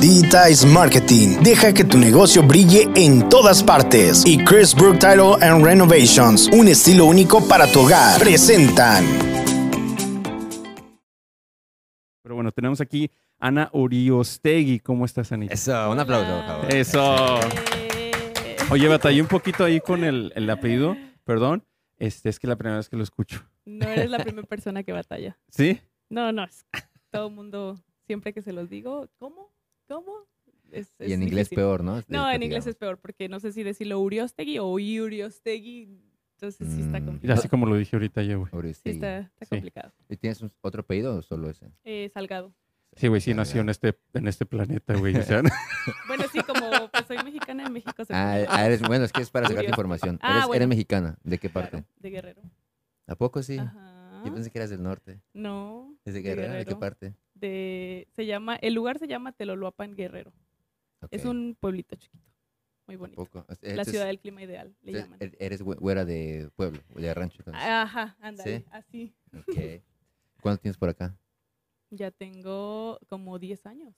Digitize Marketing. Deja que tu negocio brille en todas partes. Y Chris Brook Title and Renovations. Un estilo único para tu hogar. Presentan. Pero bueno, tenemos aquí Ana Uriostegui. ¿Cómo estás, Anita? Eso, un aplauso, por favor. Oh. Eso. Eh, Oye, batallé un poquito ahí con el, el apellido. Perdón. Este es que la primera vez que lo escucho. No eres la primera persona que batalla. ¿Sí? No, no, es- todo el mundo, siempre que se los digo, ¿cómo? ¿Cómo? Es- es Y en inglés difícil. peor, ¿no? No, en inglés es peor, porque no sé si decirlo Uriostegui o Uriostegui, entonces sí está Mm. Mira, complicado. así como lo dije ahorita yo, güey. Ahora Sí sí. está, está Sí. complicado. ¿Y ¿Tienes un- otro apellido o solo ese? Eh, Salgado. Sí, güey, sí nació en este, en este planeta, güey. O sea, Bueno, sí, como pues, soy mexicana, en México se Ah, conoce. ah, eres, bueno, es que es para sacarte Curioso. información. Ah, eres, bueno. eres mexicana. ¿De qué Claro, parte? de Guerrero. ¿A poco sí? Ajá. Yo pensé que eras del norte. No, ¿Desde Guerrero? ¿De qué Guerrero. parte? de, se llama, el lugar se llama Teloluapan Guerrero. Es Ok, un pueblito chiquito, muy ¿a bonito. poco? O sea, La Eh, entonces- ciudad del clima ideal, le entonces llaman. Ah. er- Eres güe- güera de pueblo, de rancho. entonces. Ajá, ándale, Sí. así. Ok. ¿Cuánto tienes por acá? Ya tengo como 10 años,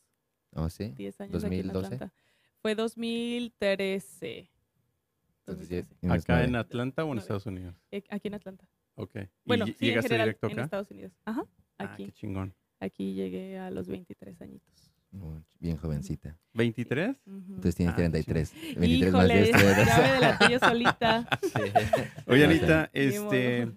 ¿Oh, sí? 10 años aquí en 2012. Atlanta. Fue 2013. Entonces, ya 2013. tienes ¿Acá nueve. en Atlanta o en Nueve. Estados Unidos? Eh, Aquí en Atlanta. Ok. ¿Y Bueno, sí, en llegaste general, directo en acá? Estados Unidos. Ajá, Ah, qué aquí. chingón. aquí llegué a los 23 añitos. Oh, Bien jovencita. ¿23? Ujú. Entonces tienes Ah, 33. 23 más Mm. Híjole, 10. ya me delaté yo solita. Oye, Ah, Anita, Ni este, modo.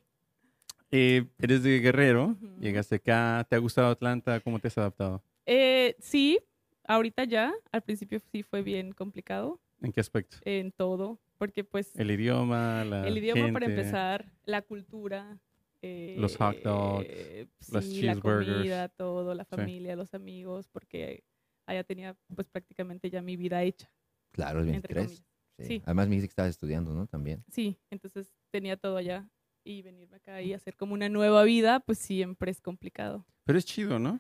eh, eres de Guerrero, Ujú. llegaste acá, ¿te ha gustado Atlanta? ¿Cómo te has adaptado? Eh, sí, ahorita ya, al principio sí fue bien complicado ¿En qué aspecto? en todo, porque pues El idioma, la El idioma para Ah, gente? empezar, la cultura. eh, Los hot dogs, eh, los sí, la cheeseburgers. comida, todo, la familia, los amigos, porque allá tenía pues prácticamente ya mi vida hecha, Claro, el entre 23. comillas. Sí. Además me dijiste que estabas estudiando, ¿no? También. Sí, entonces tenía todo allá y venirme acá y hacer como una nueva vida, pues siempre es complicado. Pero es chido, ¿no?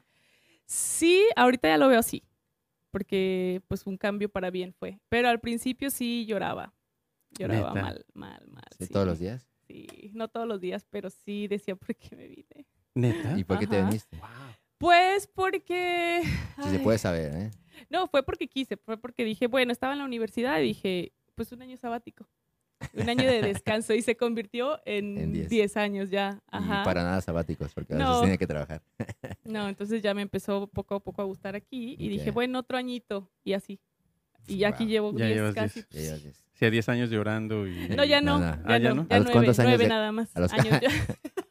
Sí, ahorita ya lo veo así, porque pues un cambio para bien fue, pero al principio sí lloraba, lloraba Neta. mal, mal, mal. Sí, Todos los días. Sí, no todos los días, pero sí decía por qué me vine. ¿Neta? ¿Y por qué te Ajá. viniste? Pues porque... Si se ay, puede saber, ¿eh? No, fue porque quise, fue porque dije, bueno, estaba en la universidad y dije, pues un año sabático, un año de descanso y se convirtió en En 10. 10 años ya. Ajá. Y para nada sabáticos, porque a veces No. tiene que trabajar. No, entonces ya me empezó poco a poco a gustar aquí y dije, Ok. bueno, otro añito y así. Y ya aquí Wow. llevo Ya 10 llevas casi. 10. Ya llevas diez. Sí, a 10 años llorando y... No, ya No, no, no. ya Ah, ¿ya no, no? ya ¿A los nueve, cuántos años nueve de- nada más. a los- años ya.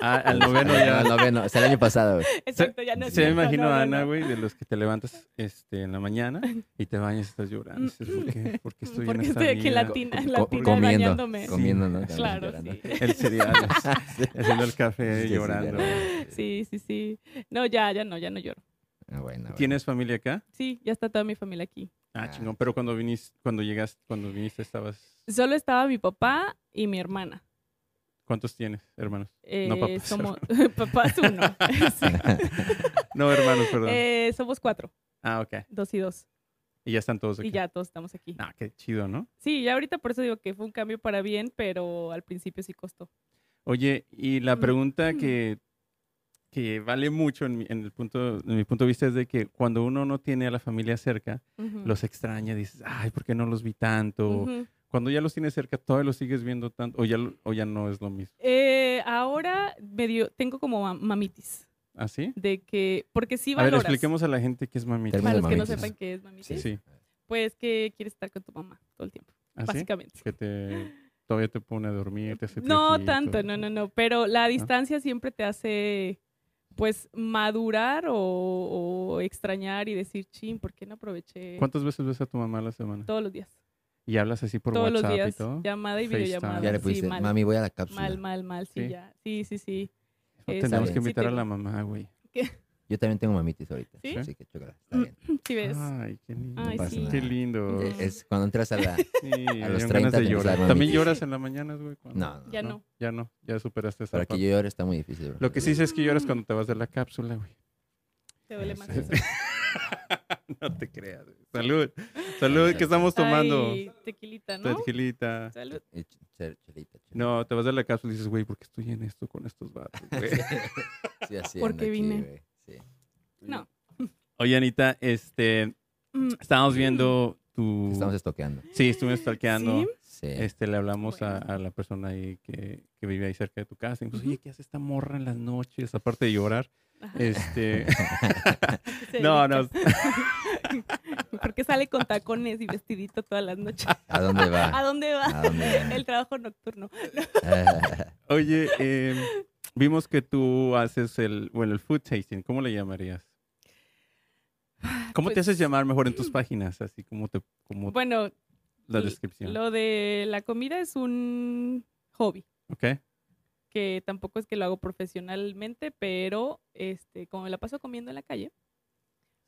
Ah, al noveno ya... Al noveno, o sea, el año pasado. Exacto, ya no es Se me cierto, imagino no, no, a Ana, no. güey, de los que te levantas este, en la mañana y te bañas y estás llorando. Dices, ¿por qué? ¿Por qué estoy en Mm, Porque esta estoy aquí en vida? latina, en Co- latina comiendo, bañándome. comiendo, ¿no? También Claro, llorando. sí. El cereal, haciendo el café, Sí, sí, Eh, llorando. llorando. Sí, sí, sí. No, ya, ya no, ya no lloro. Ah, bueno, bueno. ¿Tienes familia acá? Sí, ya está toda mi familia aquí. Ah, Ah. chingón. Pero cuando viniste, cuando llegaste, cuando viniste estabas... Solo estaba mi papá y mi hermana. ¿Cuántos tienes, hermanos? Eh, No, papás, Somos, papás uno. Sí. No, hermanos, perdón. Eh, somos cuatro, ah, ok. dos y dos. Y ya están todos aquí. Y ya todos estamos aquí. Ah, qué chido, ¿no? Sí, ya ahorita por eso digo que fue un cambio para bien, pero al principio sí costó. Oye, y la Mm. pregunta Mm. que, que vale mucho en mi, en el punto, en mi punto de vista es de que cuando uno no tiene a la familia cerca, Ujú. los extraña, dices, ay, ¿por qué no los vi tanto? Ujú. Cuando ya los tienes cerca, todavía los sigues viendo tanto, o ya, lo- o ya no es lo mismo. Eh, ahora medio, tengo como ma- mamitis. ¿Así? De que, porque sí ¿Ah, A ver, valoras. expliquemos a la gente qué es mamita. Término Para los que no Mamitis. sepan qué es mamitis, Sí, sí. pues que quieres estar con tu mamá todo el tiempo, ¿Así? básicamente. ¿Ah, Que te, todavía te pone a dormir, te hace No piojito. tanto, no, no, no, pero la distancia siempre te hace pues madurar o, o extrañar y decir, chin, ¿por qué no aproveché ¿Cuántas veces ves a tu mamá a la semana? todos los días? Y hablas así por todos WhatsApp los días, y todo. llamada y FaceTime. videollamada. Ah, Ya le sí, pusiste, mal, mami, voy a la cápsula. mal, mal, mal, sí, Sí. Ah, ya. Sí, sí, sí. Eh, Tenemos Sí, que sí invitar a tengo- la mamá, güey. Yo también tengo mamitis ahorita. ¿Sí? Mm. Así que chócala, está bien. Sí ves. Ay, qué lindo. Pues, No Ay, pasa sí. Qué nada. lindo. Ujú. Eh, Es cuando entras a la... Sí, dieron A los 30 ganas de tenemos llorar. la También mamitis. lloras en la mañana, güey. cuando- No, no, Ya no. Ya no, ya superaste esa Para parte. que yo llore está muy difícil. bro. Lo que sí sé es que lloras cuando te vas de la cápsula, güey. Te duele más Sí. eso. No te creas. güey. Salud. Salud, que estamos tomando. "Ah". Ay, tequilita, ¿no? Tranquilita. Salud. Y Eh, ch- ch- chelita, chelita. No, te vas de la cápsula y dices, güey, ¿por qué estoy en esto con estos vatos, güey? Sí, así Porque ando aquí, vine. güey, sí. No. Oye, Anita, este, Mm, Estábamos viendo tu... Estamos estoqueando. Sí, estuvimos stalkeando. Sí. ¿Sí? Este, le hablamos a, Bueno. a la persona ahí que, que vive ahí cerca de tu casa. Y me puso, Ujú. oye, ¿qué hace esta morra en las noches? Aparte de llorar. ajá, Este, ¿qué se no, no. dedica? ¿Por qué sale con tacones y vestidito todas las noches? ¿A dónde ¿A va? dónde va? ¿A dónde va? El trabajo nocturno. Oye, em, vimos que tú haces el, bueno, el food tasting. ¿Cómo le llamarías? ¿Cómo te Pues- haces llamar mejor en tus páginas? Así como te, como Bueno, la l- descripción. lo de la comida es un hobby, ¿Ok? que tampoco es que lo hago profesionalmente, pero este, como me la paso comiendo en la calle,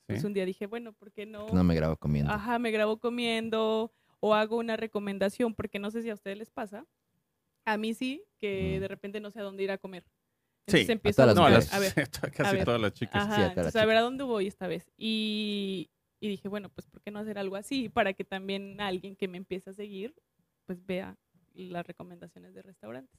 pues Sí. un día dije, bueno, ¿por qué no? Pues No me grabo comiendo. Ajá, me grabo comiendo o hago una recomendación, porque no sé si a ustedes les pasa. A mí sí, que Mm. de repente no sé a dónde ir a comer. Sí, Entonces a empiezo todas a, las No, buscar, las, a ver, casi ver. Ah. todas las chicas. Ajá, a todas las entonces, a ver a chicas. dónde voy esta vez. Y, y dije, bueno, pues ¿por qué no hacer algo así? Para que también alguien que me empiece a seguir, pues vea las recomendaciones de restaurantes.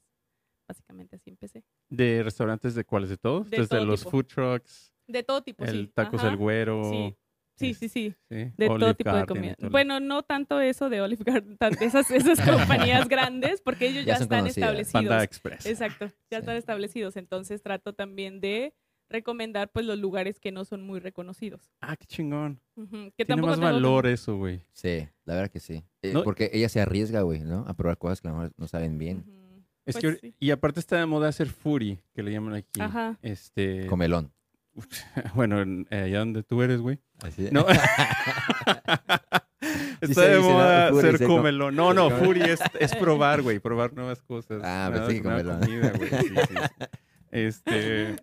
Básicamente así empecé. ¿De restaurantes de cuáles? ¿De todos? De Desde todo los tipo. food trucks, De todo tipo, el sí. tacos ajá. del güero. Sí. Sí, sí, sí. sí, De Olive todo tipo de Garden y comida. todo. Bueno, no tanto eso de Olive Garden, tan- de esas, esas compañías grandes, porque ellos Ya ya, son están conocidas. Panda establecidos. Express. Exacto, Sí. ya están establecidos. Entonces trato también de recomendar pues los lugares que no son muy reconocidos. Ah, qué chingón. Ujú, Que Tiene tampoco más tenemos- valor eso, güey. Sí, la verdad que sí. Eh, No- Porque ella se arriesga, güey, ¿no? A probar cosas que a lo mejor no saben bien. Ujú. Es Pues que, sí. Y aparte está de moda hacer furi, que le llaman aquí. Ajá. Este, Comelón. bueno, en- eh, allá donde tú eres, güey. Así. No. Sí Está se de dice, ¿no? moda Furi, ser ser com- comelón. No, no, ser com- Furi es, es probar, güey, probar nuevas cosas. Ah, nueva- pensé que nueva comelón. comida, güey, sí, sí, sí. Este,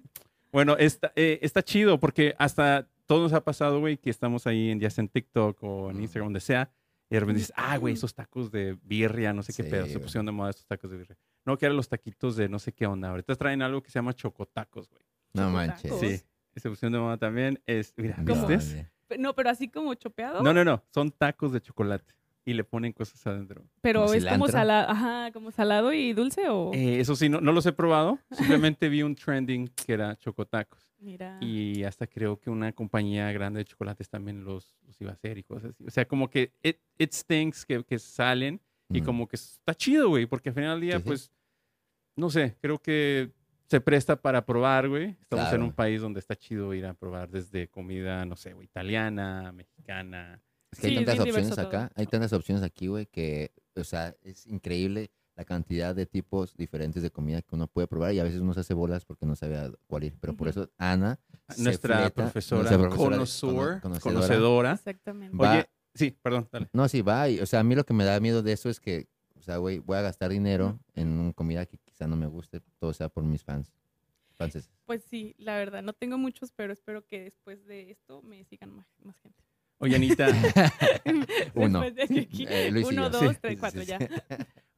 bueno, está, eh, está chido porque hasta todo nos ha pasado, güey, que estamos ahí en, ya sea en TikTok o en Instagram, donde sea, y de repente dices, ah, güey, esos tacos de birria, no sé qué Sí, pedo, se güey. pusieron de moda esos tacos de birria. No, que eran los taquitos de no sé qué onda. Ahorita traen algo que se llama chocotacos, güey. No manches. Chocotacos. Sí, se pusieron de moda también. Es, mira, No, ¿Cómo? ¿viste? hombre. Pe- No, pero así como chopeado, No, no, no. Son tacos de chocolate. Y le ponen cosas adentro. pero como es como cilantro. salado, ajá, como salado y dulce o Eh, eso sí, no, no los he probado. Simplemente vi un trending que era chocotacos. mira. Y hasta creo que una compañía grande de chocolates también los, los iba a hacer y cosas así. O sea, como que it, it's things que, que salen y Mm. como que está chido, güey. Porque al final del día, Sí, sí. pues, no sé, creo que se presta para probar, güey. Estamos en Claro. un país donde está chido ir a probar desde comida, no sé, güey, italiana, mexicana. Es que hay Sí, es tantas bien opciones diverso todo. acá, hay tantas opciones aquí, güey, que, o sea, es increíble la cantidad de tipos diferentes de comida que uno puede probar y a veces uno se hace bolas porque no sabe a cuál ir. Pero por Ujú. eso Ana, se Ah, Nuestra fleta, profesora, nuestra profesora connoisseur, cono- conocedora. Exactamente. Va- Oye, sí, perdón, dale. no, sí, va. y, o sea, a mí lo que me da miedo de eso es que, o sea, güey, voy a gastar dinero en una comida que quizá no me guste, todo sea por mis fans. Entonces, Pues sí, la verdad, no tengo muchos, pero espero que después de esto me sigan más, más gente. Oye, Anita, Uno. Después de aquí, Eh, Luis y yo. uno, dos, Sí, tres, sí, cuatro, sí, ya. sí.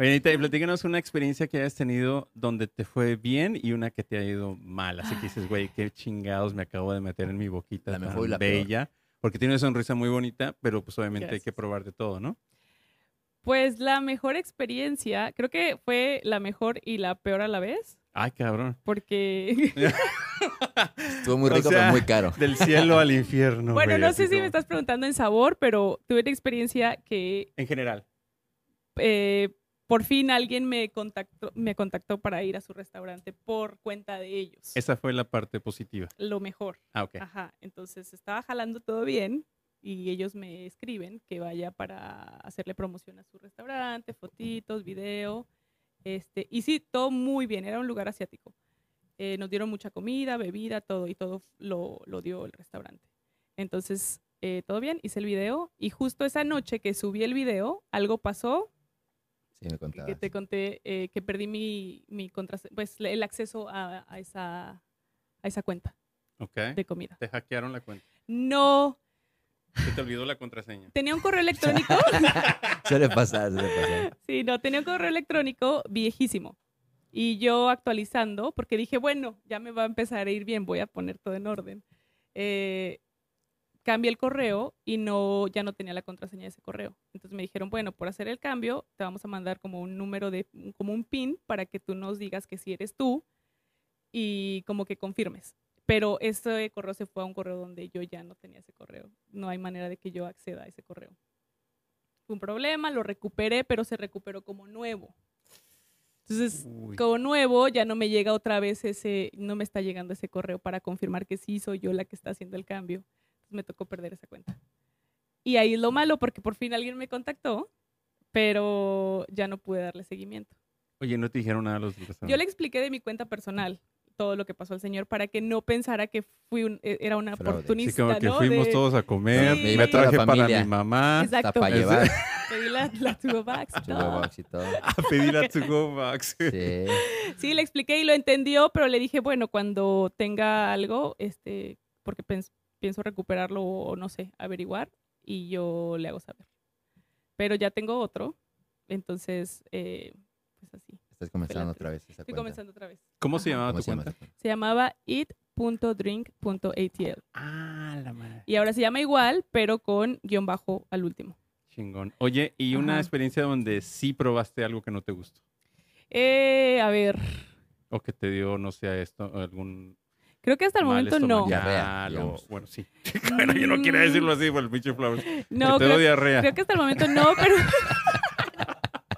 oye, Anita, y platícanos una experiencia que hayas tenido donde te fue bien y una que te ha ido mal. Así que dices, güey, qué chingados me acabo de meter en mi boquita La tan mejor y la peor. bella. Porque tiene una sonrisa muy bonita, pero pues obviamente hay que Gracias. probar de todo, ¿no? Pues la mejor experiencia, creo que fue la mejor y la peor a la vez, Ay, cabrón. porque, estuvo muy O rico, sea, pero muy caro. Del cielo al infierno. bueno, güey, no así sé si como- me estás preguntando en sabor, pero tuve una experiencia que En general. eh, por fin alguien me contactó, me contactó para ir a su restaurante por cuenta de ellos. Esa fue la parte positiva. Lo mejor. Ah, ok. Ajá. Entonces estaba jalando todo bien y ellos me escriben que vaya para hacerle promoción a su restaurante, fotitos, video. Este, y sí, todo muy bien, era un lugar asiático. Eh, nos dieron mucha comida, bebida, todo, y todo lo, lo dio el restaurante. Entonces, eh, todo bien, hice el video y justo esa noche que subí el video, algo pasó Sí, me que- contabas. que te conté eh, que perdí mi, mi contrase- pues, le- el acceso a, a esa, a esa cuenta Ok. de comida. Te hackearon la cuenta. No, Se te olvidó la contraseña. tenía un correo electrónico. Suele pasar, suele pasar. sí, no, tenía un correo electrónico viejísimo. Y yo actualizando, porque dije, bueno, ya me va a empezar a ir bien, voy a poner todo en orden. Eh, cambié el correo y no, ya no tenía la contraseña de ese correo. Entonces me dijeron, bueno, por hacer el cambio, te vamos a mandar como un número de, como un pin para que tú nos digas que si eres tú y como que confirmes. Pero ese correo se fue a un correo donde yo ya no tenía ese correo. No hay manera de que yo acceda a ese correo. Fue un problema, lo recuperé, pero se recuperó como nuevo. Entonces, Uy. como nuevo, ya no me llega otra vez ese, no me está llegando ese correo para confirmar que sí soy yo la que está haciendo el cambio. Entonces me tocó perder esa cuenta. Y ahí es lo malo, porque por fin alguien me contactó, pero ya no pude darle seguimiento. Oye, no te dijeron nada los del restaurante. Yo le expliqué de mi cuenta personal todo lo que pasó al señor para que no pensara que fui un- eh, era una Fraude. Sí, Sí, oportunista. como que ¿no? fuimos De- todos a comer, Sí. me traje Toda la para mi familia. mamá, Hasta Exacto. para llevar Pedí la, la Tubo Bags, su todo. Bobox y todo. pedí la to go box. Sí. Sí, le expliqué y lo entendió, pero le dije, bueno, cuando tenga algo, este, porque pens- pienso recuperarlo o no sé, averiguar, y yo le hago saber. Pero ya tengo otro, entonces, eh, pues así. Estás comenzando Pelante. otra vez esa Estoy cuenta. comenzando otra vez. ¿Cómo se llamaba ¿Cómo tu se llama cuenta? esa cuenta? Se llamaba it.drink.atl. Ah, la madre. Y ahora se llama igual, pero con guión bajo al último. Chingón. Oye, y una Ajá. experiencia donde sí probaste algo que no te gustó Eh, a ver, o que te dio, no sé, esto, algún creo que hasta el mal momento no. estomacal Diarrea, o- digamos. bueno, sí. bueno, yo no quería Mm. decirlo así por el pinche flowers. que te dio No, creo, diarrea. creo que hasta el momento no, pero...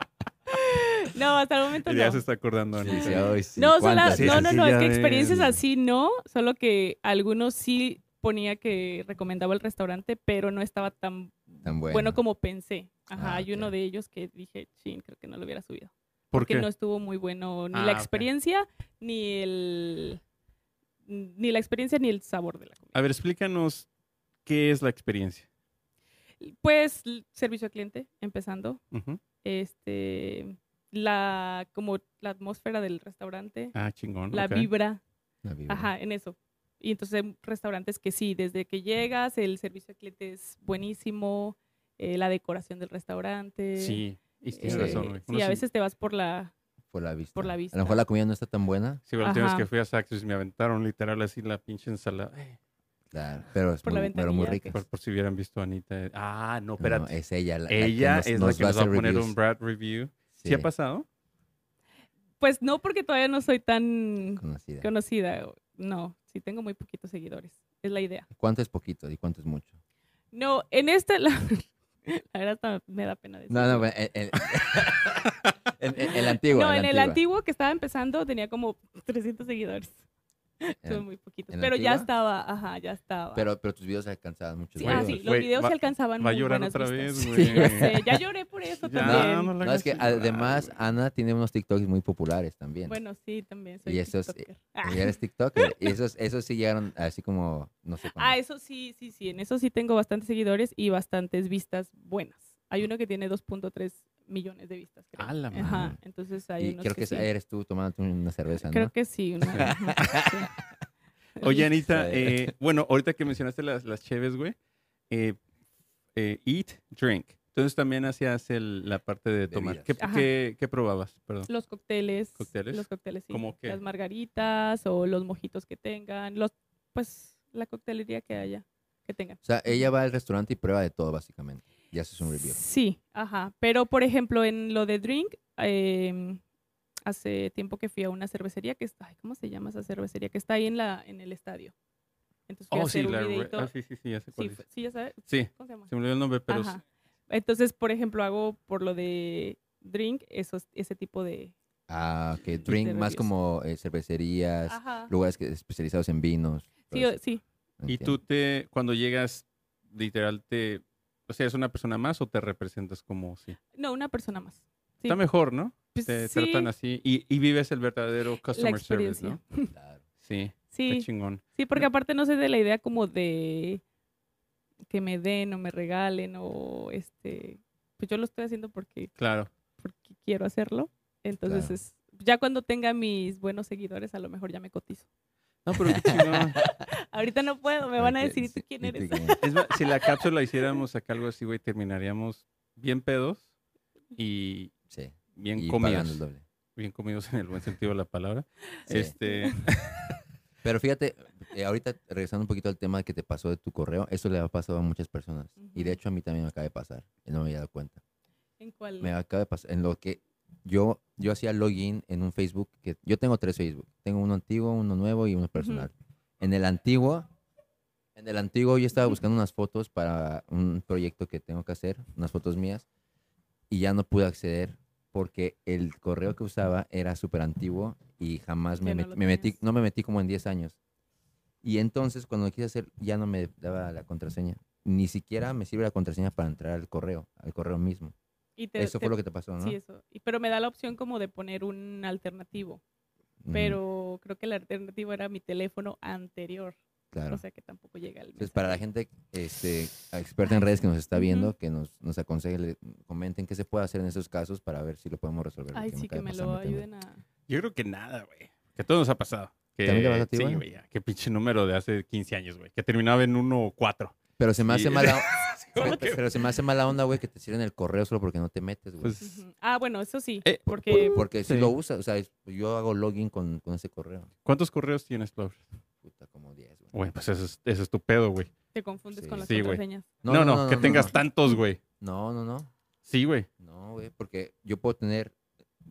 no, hasta el momento Y no. ya se está acordando. Anita. Sí, ay, sí, No, sola- ¿cuántas? Sí, no, sí, no, sí, no, es ya que ven. experiencias así no, solo que algunos sí ponía que recomendaba el restaurante, pero no estaba tan Tan bueno, bueno. como pensé. Ajá, Ah, hay uno ok. de ellos que dije, chin, creo que no lo hubiera subido. ¿Por Porque qué? no estuvo muy bueno ni Ah, la ok. experiencia, ni el ni la experiencia ni el sabor de la comida. A ver, explícanos qué es la experiencia. Pues l- servicio al cliente, empezando, Ujú. este la como la atmósfera del restaurante, Ah, chingón. la ok. vibra Una vibra. Ajá, en eso. Y entonces hay restaurantes que sí, desde que llegas, el servicio al cliente es buenísimo, eh, la decoración del restaurante. Sí, y tienes eh, razón, güey. Uno sí, a sí- veces te vas por la... Por la vista. por la A lo vista. mejor la comida no está tan buena, Sí, pero la última vez Ajá. que fui a Saxos me aventaron literal así la pinche ensalada. Ay, claro, pero es Por la muy, pero muy ventanilla. rica. Por, por si hubieran visto a Anita. eh. Ah, no, No, no, espérate. es ella la, la que Ella nos- es nos la que nos va a hacer poner reviews. un Brad review. ¿Sí, Sí, ha pasado? Pues no, porque todavía no soy tan conocida. conocida. o- No, sí tengo muy poquitos seguidores. Es la idea. ¿Cuánto es poquito y cuánto es mucho? No, en esta... La, la verdad hasta me da pena decir. No, no, el, el, el, el- el antiguo. No, en el antiguo. antiguo que estaba empezando tenía como 300 seguidores. El- Son muy poquitos. en la Pero ya antigua? estaba, ajá, ya estaba. Eh, Pero, pero tus videos alcanzaban muchos Sí, Güey, ah, videos. sí, los güey, videos va- se alcanzaban va a muy llorar buenas otra vistas. vez, güey. Sí, ya sé, ya lloré por eso Ya, también. la No, es hagas que llorar, además ah, güey. Ana tiene unos TikToks muy populares también. Bueno, sí, también soy Y eso es- eh, tiktoker. Y Ah. eres TikToker. Y esos, esos sí llegaron así como, no sé cómo. Ah, eso sí, sí, sí. En eso sí tengo bastantes seguidores y bastantes vistas buenas. Hay uno que tiene 2.3 millones de vistas, creo. A la Ajá, madre. entonces hay y unos creo que, sí. esa eres tú tomándote una cerveza, ¿no? Creo que sí. uno- ajá, sí. Oye, Anita, Sí. eh, bueno, ahorita que mencionaste las, las cheves, güey, eh, eh, eat, drink. Entonces también hacías el- la parte de tomar. Bebidas. ¿Qué, Ajá. qué- qué probabas? Perdón. Los cócteles. ¿Cócteles? Los cócteles, sí. ¿Cómo qué? Las margaritas o los mojitos que tengan. los Pues la coctelería que haya, que tengan. O sea, ella va al restaurante y prueba de todo, básicamente. Y haces un review. Sí, ajá. Pero, por ejemplo, en lo de drink, eh, hace tiempo que fui a una cervecería que está, ay, ¿cómo se llama esa cervecería? Que está ahí en la en el estadio. Entonces fui a Oh, sí, hacer un la re- videíto. ah, sí, sí, sí, ya sé sí, cuál fue- dices. sí, ya sabes. Sí, ¿Cómo se llama? se me olvidó el nombre, pero Ajá. Entonces, por ejemplo, hago por lo de drink esos, ese tipo de... Ah, que drink más reviews. como eh, cervecerías, Ajá. lugares que, especializados en vinos. Sí, todo o- eso. sí. ¿Y tú te, cuando llegas, literal, te, o sea, es una persona más o te representas como sí? No, una persona más. Sí. Está mejor, ¿no? Pues, Te sí, tratan así y, y vives el verdadero la customer service, experiencia. pues, ¿no? Entiendo. Claro. Sí, qué Sí, chingón. sí, porque aparte no soy de la idea como de que me den o me regalen o este... Pues yo lo estoy haciendo porque Claro. porque quiero hacerlo. Entonces, Claro. es, ya cuando tenga mis buenos seguidores, a lo mejor ya me cotizo. No, pero qué chingón. Ahorita no puedo, me van a Ok, decir, ¿y tú sí, quién ¿y eres? tú quién eres? Es más, si la cápsula hiciéramos acá algo así, güey, terminaríamos bien pedos y Sí. bien Y pagando el comidos. doble. Bien comidos en el buen sentido de la palabra. Sí. Este, Pero fíjate, eh, ahorita regresando un poquito al tema que te pasó de tu correo, eso le ha pasado a muchas personas. Y de Ujú. hecho a mí también me acaba de pasar. y No me había dado cuenta. ¿En cuál? Me acaba de pasar en lo que yo, yo hacía login en un Facebook que yo tengo tres Facebook. Tengo uno antiguo, uno nuevo y uno personal. En el antiguo, en el antiguo yo estaba buscando unas fotos para un proyecto que tengo que hacer, unas fotos mías, y ya no pude acceder porque el correo que usaba era súper antiguo y jamás me, Ya no met- lo me metí, tenías. no me metí como en 10 años. Y entonces cuando lo quise hacer ya no me daba la contraseña. Ni siquiera me sirve la contraseña para entrar al correo, al correo mismo. Y te- Eso te- fue lo que te pasó, ¿no? Sí, eso. Y- Pero me da la opción como de poner un alternativo. Mm, Pero creo que el alternativo era mi teléfono anterior. claro. O sea que tampoco llega el Entonces, para la gente este, experta en redes que nos está viendo, que nos, nos aconseje, le- comenten qué se puede hacer en esos casos para ver si lo podemos resolver. Ay, porque sí, que acaba me de pasar, lo tengo- ayuden a... Yo creo que nada, güey. Que todo nos ha pasado. Que, ¿También te vas a ti, sí, güey? güey. ya. Qué pinche número de hace 15 años, güey. Que terminaba en 1 o 4. Pero se me hace Sí. mala, Como pero, que- pero se me hace mala onda, güey, que te sirven el correo solo porque no te metes, güey. Pues, Ujú. Ah, bueno, eso sí. Eh, porque porque si sí. lo usas, o sea, es- yo hago login con, con ese correo. ¿Cuántos correos tienes, Flor? Puta, como 10, güey. Güey, pues eso es, eso es tu pedo, güey. te confundes Sí. con las Sí, güey. contraseñas. No no, que tengas no. tantos, güey. No, no, no. Sí, güey. No, güey, porque yo puedo tener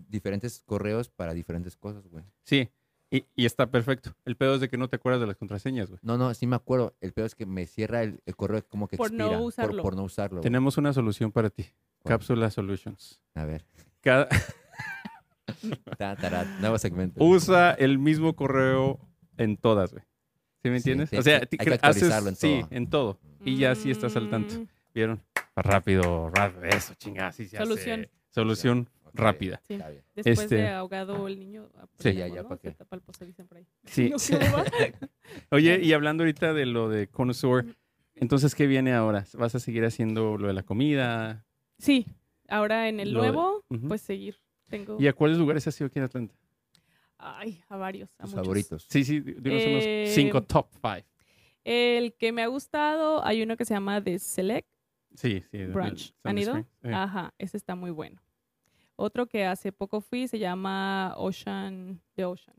diferentes correos para diferentes cosas, güey. Sí. Y, y está perfecto. El pedo es de que no te acuerdas de las contraseñas, güey. No, no, sí me acuerdo. El peor es que me cierra el, el correo como que Por no expira. usarlo. Por, no usarlo. güey. Tenemos una solución para ti. ¿Cuál? Cápsula Solutions. A ver. Cada- Ta, tará, nuevo segmento. usa el mismo correo en todas, güey. ¿Sí me Sí, entiendes? te- o sea, hay ti- que haces- actualizarlo en sí, todo. en todo. Mm, Y ya sí estás al tanto. Mm, ¿Vieron? Rápido, rápido. Eso, chingada. Sí, se hace. Solución. Solución Ok. rápida. Sí. Está bien. Después Este- de ahogado el niño, ah, Sí. pues, Ya, ya, ¿no? ¿pa' Se qué? tapa el pozo, dicen por ahí. Sí. No, ¿cómo va? Oye, y hablando ahorita de lo de Connoisseur, entonces, ¿qué viene ahora? ¿Vas a seguir haciendo lo de la comida? Sí, ahora en el Lo de- nuevo, Ujú. pues seguir. Tengo ¿Y a cuáles lugares has ido aquí en Atlanta? ay, a varios, a Tus muchos. favoritos. Sí, sí, dinos Eh, unos cinco top five. El que me ha gustado, hay uno que se llama The Select. Sí, sí. el- brunch. el ¿Han ido? Ah, Sunday Spring. Eh, Ajá, ese está muy bueno. Otro que hace poco fui se llama Ocean, The Ocean.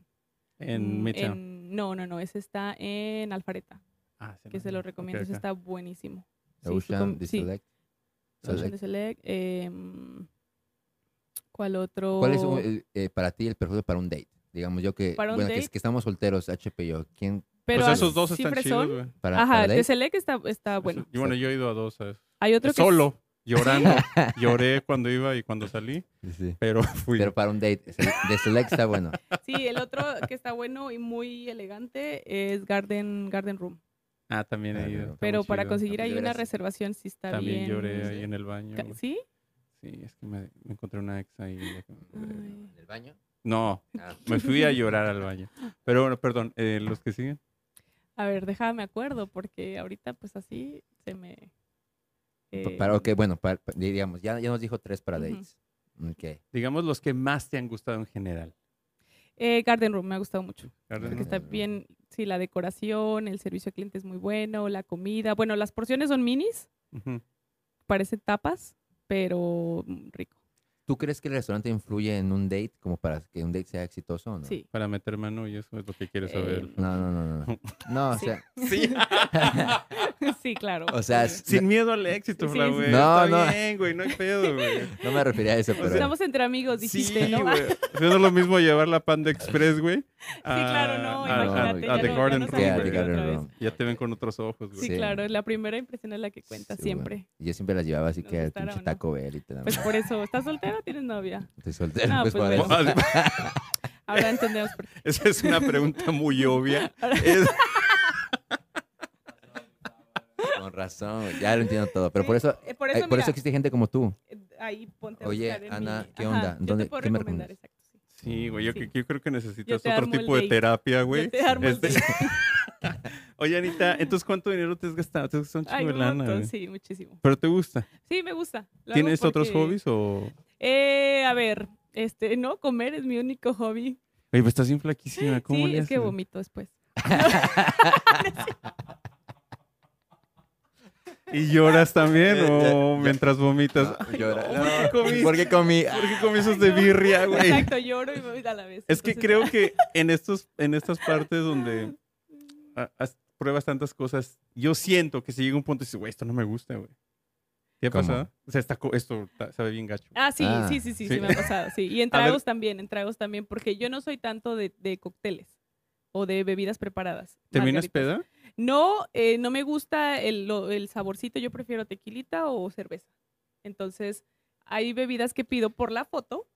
en Mm, Midtown. en- no, no, no, ese está en Alfareta, Ah, sí, que no, se no. lo Ok, recomiendo, ese ok. está buenísimo. Sí, su Ocean, com- The sí, Select. Ocean Select. de Select, em, ¿Cuál otro? ¿Cuál es un- el- eh, para ti el perfecto para un date? Digamos yo que, Para un bueno, que, es- date. que estamos solteros, HP y yo. ¿Quién Pero pues así esos dos están fresón. chidos, güey. para, Ajá, para de date? Select está, está bueno. Y bueno, yo he ido a dos. a eso. Hay otro que es- Solo, llorando. Lloré cuando iba y cuando salí, Sí, sí. pero fui. Pero para un date, es el- The Select está bueno. Sí, el otro que está bueno y muy elegante es Garden, Garden Room. ah, también Ah, he ido. no. está muy Pero para chido. conseguir Ah, pues ahí una deberás- reservación sí está También bien. lloré ahí en el baño. ca- güey. ¿Sí? Sí, es que me, me encontré una ex ahí. ya que- Ay. ¿En el baño? No, Ah, me fui a llorar al baño. Pero bueno, perdón, eh, los que siguen. A ver, déjame acuerdo, porque ahorita pues así se me... pa- eh, para, ok, bueno, para- pa- digamos, ya, ya nos dijo tres para Ujú. dates. Ok. Digamos los que más te han gustado en general. eh, Garden Room me ha gustado mucho. Garden Porque Room. está Garden Room. bien, sí, la decoración, el servicio al cliente es muy bueno, la comida. Bueno, las porciones son minis, Ujú. parecen tapas, pero mm, rico. ¿Tú crees que el restaurante influye en un date como para que un date sea exitoso o no? Sí. Para meter mano y eso es lo que quieres Ah, saber. Eh, No, no, no, no. No, No, o Sí. sea, Sí. Eh, sí, claro. o sea sí. Sin miedo al éxito, Sí, Fla, sí, güey. sí. No, No, Está no. bien, güey, no hay pedo, güey. no me refería a eso, pero... Estamos entre amigos, dijiste, sí, ¿no? güey. O sea, no es lo mismo llevar la Panda Express, güey. Sí, claro, no, Ah, no, imagínate. a ya The no- ya Garden nos Room, Que habíamos a güey. The ido Garden otra vez. Room. Ya te ven con otros ojos, güey. Sí, Sí. claro, la primera impresión es la que cuenta Sí, güey. siempre. Yo siempre las llevaba así Nos que al gustara pinche o no. Taco Bell y te la Pues por eso, ¿estás soltero o tienes novia? Estoy soltero, No, pues, pues, por bueno. eso. Ahora entendemos por qué. Esa es una pregunta muy obvia. Ahora- Es- Con razón, ya lo entiendo todo. Pero por eso, Eh, por ay, eso, por mira, eh, eso existe gente como tú. ahí ponte a Oye, buscar en Ana, mi- ¿qué Ajá, onda? yo te ¿Dónde- puedo qué me recomendar, recomiendas? exacto, sí. Sí, güey, yo, Sí. yo creo que necesitas te otro armo el tipo de date. terapia, güey. Yo te armo el Este- date. Oye, Anita, entonces, ¿cuánto dinero te has gastado? Te has gastado un Ay, chingo de un lana, montón, güey. sí, muchísimo. Pero te gusta. Sí, me gusta. lo hago ¿Tienes otros porque- hobbies o...? Eh, a ver, este, no, comer es mi único hobby. Oye, pues estás bien flaquísima. ¿Cómo sí, le es que haces? vomito después. ¿Y lloras también Eh, o eh, mientras vomitas? No, llora. no, ¿por qué comí? ¿Por qué comí? ¿Por qué comí esos Ay, de no. birria, Ah, güey? Exacto, lloro y vomito a la vez. Es que entonces- creo que en, estos, en estas partes donde ha- has- pruebas tantas cosas, yo siento que si llega un punto y dices, güey, esto no me gusta, güey. ¿Te ha ¿Cómo? pasado? O sea, está co- esto ta- sabe bien gacho. Ah, sí, Ah, sí, sí, sí, sí. sí, me ha pasado, sí. Y en A ver. tragos también, en tragos también, porque yo no soy tanto de, de cócteles. o de bebidas preparadas. ¿Terminas margaritas. peda? No, eh, no me gusta el, lo- el saborcito, yo prefiero tequilita o cerveza. Entonces, hay bebidas que pido por la foto.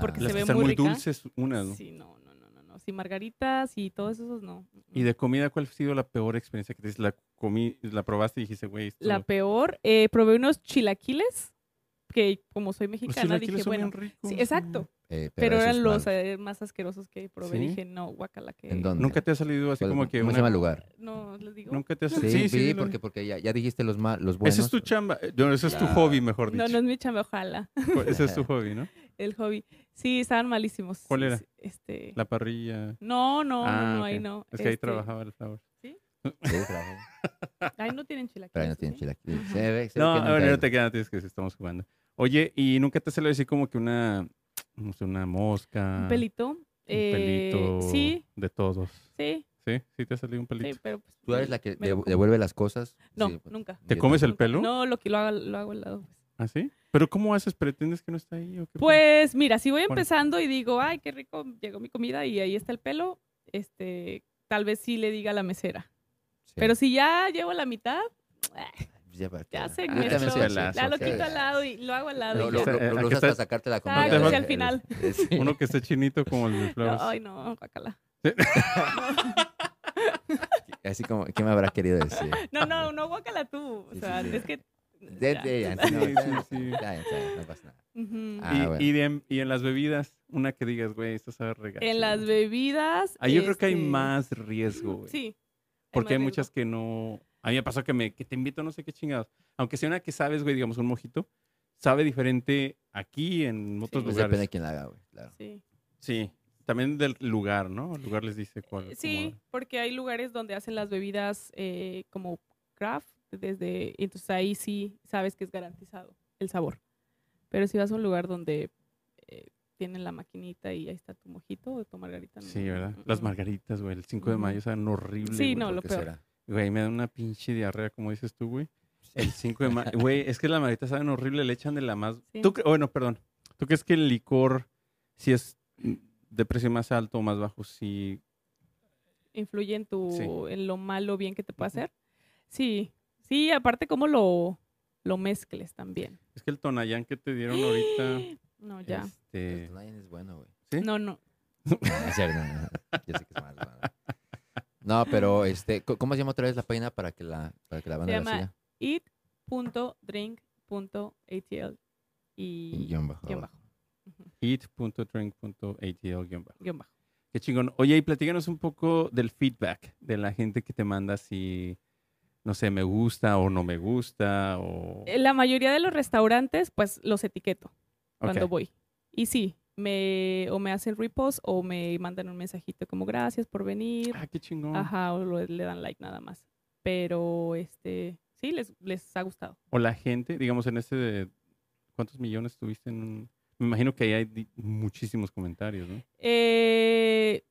porque Las Ah, se que ve están muy muy rica. dulces, unas. ¿no? Sí, no, no, no, no, no. Sí, margaritas y todos esos no. ¿Y de comida cuál ha sido la peor experiencia que tienes? La, comí, la probaste y dijiste, güey, esto... La peor, eh, probé unos chilaquiles, que como soy pues Los mexicana chilaquiles dije, son bien bueno, ricos, sí, ¿no? exacto. Eh, Pero eso es eran los malo. eh, más asquerosos que probé. ¿Sí? Dije, no, guacala, que... ¿En dónde? Nunca te ha salido así ¿Cuál- como que ¿Cómo se una... llama el lugar? No, les digo. Nunca te ha Sí, salido... sí, dilo. porque, porque ya, ya dijiste los, ma- los buenos. Ese es tu chamba. eh, No, ese es tu Ya. hobby, mejor dicho. No, no es mi chamba, ojalá. Cu- Ese es tu hobby, ¿no? El hobby. Sí, estaban malísimos. ¿Cuál era? Sí, Este... La parrilla. No, no, Ah, no, no, ok. ahí no. Es que ahí Este, trabajaba el sabor. Sí, trae- Ahí no tienen chilaquiles. trae, no ¿o tiene sí? chilaquiles. Ajá. Se ve- se ve No, que nunca bueno, ha no ido. te quedas, es que sí, estamos jugando. Oye, ¿y nunca te salió así como que una, no sé, una mosca? Un pelito. Ah, Un eh, pelito Sí, de todos. sí, ¿Sí, sí te ha salido un sí, pelito. pero... pues, ¿Tú eres la que me lo dev- como. devuelve las cosas? No, Sí, pues, nunca. ¿Te yo comes el Nunca. pelo? No, lo que lo hago, lo hago al lado. pues. ¿Ah, sí? ¿Pero cómo haces? ¿Pretendes que no está ahí? o qué pedo? Pues mira, si voy Bueno. empezando y digo, ay, qué rico, llegó mi comida y ahí está el pelo, este, tal vez sí le diga a la mesera. sí. Pero si ya llevo la mitad, Ya, para ya acá. se Yo mezclo, también soy así, pelazo, ya lo sí. quito al lado y lo hago al lado. Lo, y lo- ya. lo- lo Aquí usas está- para sacarte la comida. Exacto, es al final. Sí. eh, Uno que está chinito como el de Flowers. Ay, no, guacala. Así como, ¿qué me habrá querido decir? No, no, no, guacala tú. O Sí, sea, sí, sí. es que. De, ya. de- ya, no, Sí, ya, sí, ya, sí. ya, ya, no pasa nada. Ujú. Ah, y, bueno. y de- y en las bebidas, una que digas, güey, esto sabe regacho. En las güey. bebidas. Ahí Ah, yo creo que hay este, más riesgo, güey. Sí. Porque hay más muchas que no. A mí me pasó que, me, que te invito a no sé qué chingados. Aunque sea una que sabes, güey, digamos, un mojito, sabe diferente aquí en otros Sí. Pues lugares. depende de quién la haga, güey. Claro. riesgo. Sí. Sí. También del lugar, ¿no? El lugar les dice cuál. Eh, Sí, cómo- porque hay lugares donde hacen las bebidas eh, como craft, desde, y entonces ahí sí sabes que es garantizado el sabor. Pero si vas a un lugar donde eh, tienen la maquinita y ahí está tu mojito o tu margarita. no, Sí, ¿verdad? mm, Las mm. margaritas, güey. El 5 de mayo Ujú. saben horrible. güey. Sí, no, ¿Por lo qué peor. será? Güey, me da una pinche diarrea, como dices tú, güey. El 5 de mayo. Güey, es que las margaritas saben horrible, le echan de la más. Sí. ¿Tú cre- Bueno, perdón. ¿Tú crees que el licor, si es mm, de precio más alto o más bajo, sí? Influye en, tu, Sí. en lo malo o bien que te puede Ujú. hacer. Sí, sí, aparte cómo lo, lo mezcles también. Es que el tonayán que te dieron ahorita. No, ya. El Este, Tonayán Pues, es bueno, güey. ¿sí? No, no. No, no es cierto, no, no. Yo sé que es malo. no, No, No, pero este, co- ¿cómo se llama otra vez la página para que la, para que la banda la llama siga? Eat.drink.atl y Y guión bajo. guión bajo. Ujú, eat.drink.atl-bajo. Guión bajo. Qué chingón. Oye, y platícanos un poco del feedback de la gente que te manda si, no sé, me gusta o no me gusta o... Eh, La mayoría de los restaurantes, pues los etiqueto cuando Ok. voy. Y sí, me, o me hacen repost o me mandan un mensajito como gracias por venir. Ah, qué chingón. Ajá, o lo- le dan like nada más. Pero este, sí, les, les ha gustado. O la gente, digamos, en ese de... ¿Cuántos millones tuviste en un...? Me imagino que ahí hay di- muchísimos comentarios, ¿no? Eh,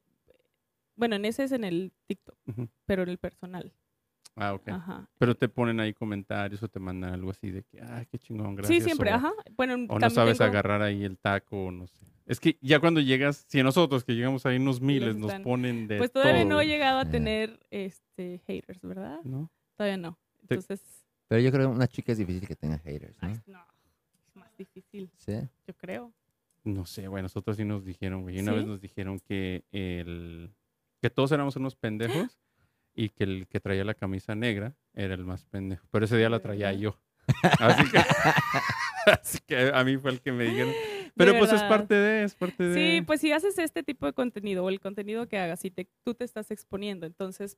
bueno, en ese es en el TikTok, Ujú. pero en el personal. Ah, ok. Ajá. Pero te ponen ahí comentarios o te mandan algo así de que, ah, qué chingón, gracias. sí, siempre, o, ajá. Bueno, O no también sabes tengo- agarrar ahí el taco, o no sé. Es que ya cuando llegas, si a nosotros que llegamos ahí unos miles, nos están- ponen de Pues todavía todo, Eh. no he güey, llegado a Ajá. tener este haters, ¿verdad? ¿no? Todavía no. Te- Entonces, Pero yo creo que una chica es difícil que tenga haters, Ah. ay, ¿no? no, es más difícil, Sí. yo creo. No sé, güey, nosotros sí nos dijeron, güey. Una vez ¿Sí? nos dijeron que el que todos éramos unos pendejos y que el que traía la camisa negra era el más pendejo. Pero ese día la traía ¿Verdad? yo. Así que, así que a mí fue el que me dijeron. Pero pues es verdad. parte de, es parte de. Sí, pues si haces este tipo de contenido o el contenido que hagas y te, tú te estás exponiendo, entonces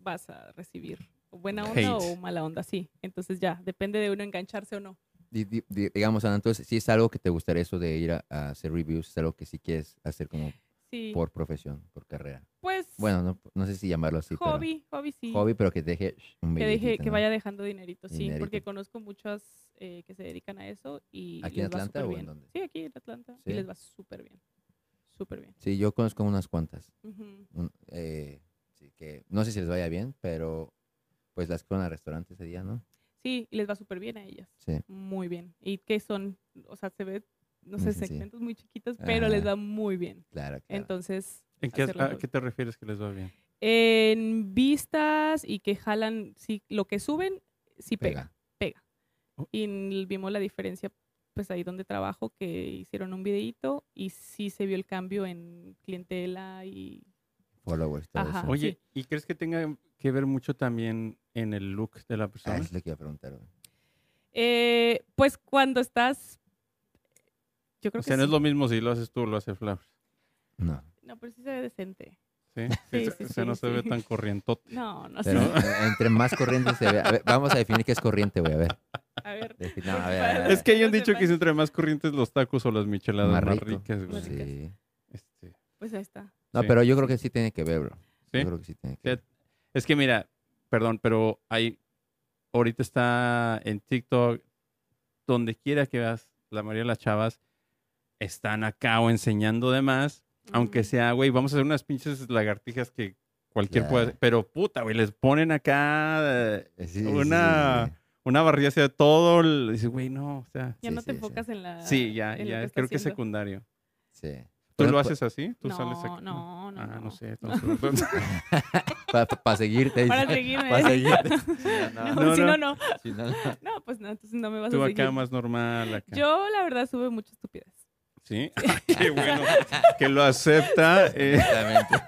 vas a recibir o buena onda Hate. o mala onda, sí. Entonces ya, depende de uno engancharse o no. Di- di- di- digamos, Ana, entonces, si es algo que te gustaría eso de ir a, a hacer reviews, es algo que sí quieres hacer como Sí, por profesión, por carrera. pues Bueno, no, no sé si llamarlo así, pero- hobby, hobby sí. hobby, pero que deje sh, un que, deje, billetito, que ¿no? vaya dejando dinerito, sí, porque Dinerito. conozco muchas eh, que se dedican a eso y ¿Aquí en les va Atlanta súper o en bien. dónde? Sí, aquí en Atlanta Sí. y les va súper bien, súper bien. Sí, yo conozco unas cuantas. Ujú. un- eh, sí, que no sé si les vaya bien, pero pues las que fueron al restaurante ese día, ¿no? Sí, y les va súper bien a ellas, Sí. muy bien. Y que son, o sea, se ve no sé, Sí, sí, sí. segmentos muy chiquitos, pero les Ajá. va muy bien. Claro, claro. Entonces, ¿En qué, hacerlo a todo. qué te refieres que les va bien? en vistas y que jalan, sí, lo que suben, sí pega. Pega. Oh. Y n- vimos la diferencia, pues ahí donde trabajo, que hicieron un videíto y sí se vio el cambio en clientela y Followers, todo Ajá. eso. Oye, Oye, ¿y crees que tenga que ver mucho también en el look de la Ah, persona? eso es lo que iba a preguntar. güey. Eh, pues cuando estás. Yo creo o sea, que. no es sí. lo mismo si lo haces tú o lo hace Flowers. No. No, pero sí se ve decente. ¿sí? Sí, o sí, sea, no sí, se ve sí. tan corrientote. No, no Pero sé. eh, entre más corriente se ve. a ver, vamos a definir qué es corriente, güey. A ver. A ver. Defi- no, a ver, a ver, a ver. Es que hayan No se dicho que es mancha. entre más corrientes los tacos o las micheladas más, Más rico. ricas. güey. Más rico. Sí. Este, Pues ahí está. No, Sí. pero yo creo que sí tiene que ver, bro. ¿sí? Yo creo que sí tiene que Fíjate, ver. Es que mira, perdón, pero hay ahorita está en TikTok, donde quiera que vas, la mayoría de las chavas están acá o enseñando de más, aunque Mm. sea, güey, vamos a hacer unas pinches lagartijas que cualquier Ya. puede, hacer, pero puta, güey, les ponen acá eh, Eh, sí, sí, sí, una- sí, sí. una barrilla hacia todo, el- dice, güey, no, o sea, Ya Sí, no sí, te sí. enfocas en la. sí, ya, en Ah, lo ya, estás creo que es haciendo. secundario. Sí. ¿Tú Pero pues lo pa- haces así? ¿Tú sales No, acá? no, no. Ah, no, no. sé. entonces- Para seguirte. Para dice. seguirme. Para seguirte. Sí, No, no, No, si no. no, no. sí, no, no. No, pues no, entonces no me vas Tú a acá seguir. más normal, acá. Yo, la verdad, sube mucho estupidez. ¿Sí? Ah, Qué bueno que lo acepta. eh, Exactamente.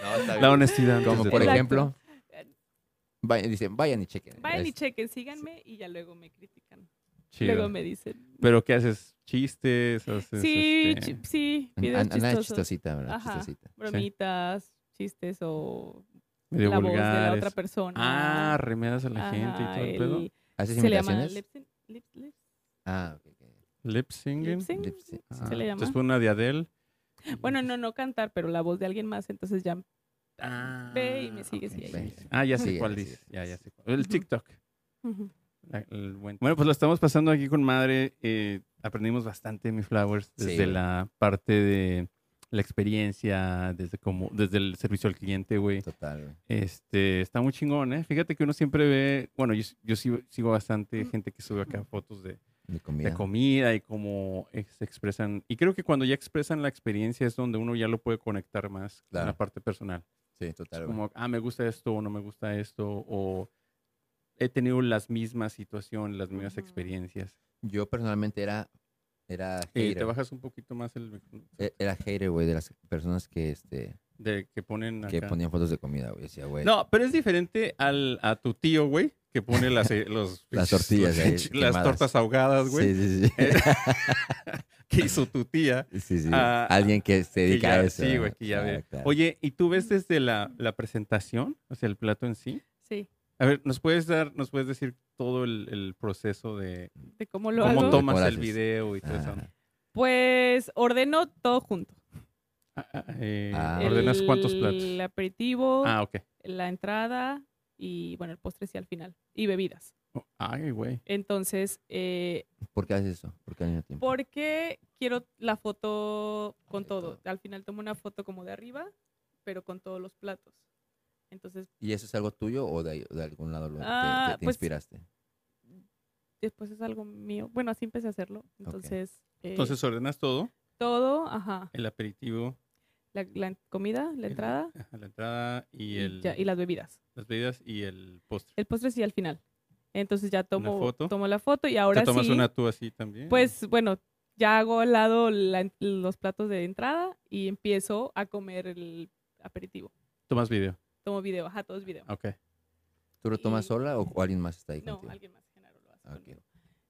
No, está la bien. honestidad. antes Como de por todo. Exacto. ejemplo, vaya- dicen, vayan y chequen. Vayan y Es- chequen, síganme y ya luego me critican. Chido. Luego me dicen. Pero ¿qué haces? ¿Chistes? ¿Haces, Sí, este, chi- sí, an- videos an- Andada chistosos, chistosita, ¿verdad? Ajá. Chistosita. bromitas, chistes o medio la voz de la vulgares? otra persona. Ah, remedas a la Ajá, gente y todo el, el- pedo. ¿Haces Se le llama imitaciones? lip syn- lip- lip- Ah, ok, ok. Lip singing. lip sync. Lip sync, Ah, sí. se le llama. Entonces fue una de Adele. Bueno, no, no cantar, pero la voz de alguien más, entonces ya Ah, ve y me sigues y ok, ahí. ve. Ah, ya sé Síguele, cuál dice. síguele, Ya, ya sí. sé cuál. El Ujú. TikTok. Ujú. La- el buen- Bueno, pues lo estamos pasando aquí con madre. eh, aprendimos bastante, mi Flowers, Sí, desde güey. la parte de la experiencia, desde como, desde el servicio al cliente, güey. Total, güey. Este, está muy chingón, ¿eh? Fíjate que uno siempre ve, bueno, yo, yo sigo, sigo bastante Mm. gente que sube acá fotos de, Mi de comida. comida y cómo eh, se expresan. Y creo que cuando ya expresan la experiencia es donde uno ya lo puede conectar más con la Claro. parte personal. sí, total, Es güey. como, ah, me gusta esto o no me gusta esto, o he tenido las mismas situaciones, las mismas Ujú. experiencias. Yo personalmente era, era Eh, hater. te bajas un poquito más el micrófono, e- Era hater, güey, de las personas que, este, de que ponen que acá. ponían fotos de comida, güey. Decía, güey. No, pero es diferente al, a tu tío, güey, que pone las, eh, los, Las tortillas ahí, las quemadas. tortas ahogadas, güey, Eh, Sí, sí, sí. que hizo tu tía. Sí, sí. Ah, Alguien que se que dedica ya- a eso. sí, ¿no? güey, que ya Claro, ve. claro. Oye, ¿y tú ves desde la, la presentación, o sea, el plato en sí? Sí, A ver, ¿nos puedes dar, nos puedes decir todo el, el proceso de de cómo lo cómo hago. toma? tomas ¿Cómo lo el haces? Ah. video y todo Ajá. eso? Pues ordeno todo junto. Ah, ah, eh, Ah. ¿Ordenas cuántos El platos? aperitivo, Ah, ok. la entrada y bueno, el postre sí al final. Y bebidas. Oh, Ay, güey. Entonces, eh, ¿Por qué haces eso? ¿Por qué al mismo tiempo? Porque quiero la foto con De todo. todo. Al final tomo una foto como de arriba, pero con todos los platos. Entonces, ¿Y eso es algo tuyo o de, ahí- de algún lado lo, te- Ah, te, te pues- inspiraste? después es algo mío. Bueno, así empecé a hacerlo. Entonces, eh, Entonces ordenas todo, todo, ajá. el aperitivo, La, la comida, la el- entrada ajá, la entrada y, y, el, ya- y las bebidas. las bebidas y el postre. El postre sí al final. Entonces ya tomo, foto. tomo la foto y ahora ¿Te tomas sí, una tú así también? pues bueno, ya hago al lado la en- los platos de entrada y empiezo a comer el aperitivo. Tomas video. Tomo video, ajá, todos video. Ah, Ok. ¿Tú lo tomas y- sola o, o alguien más está ahí No, contigo? alguien más, Genaro lo hace Ah, ok. conmigo.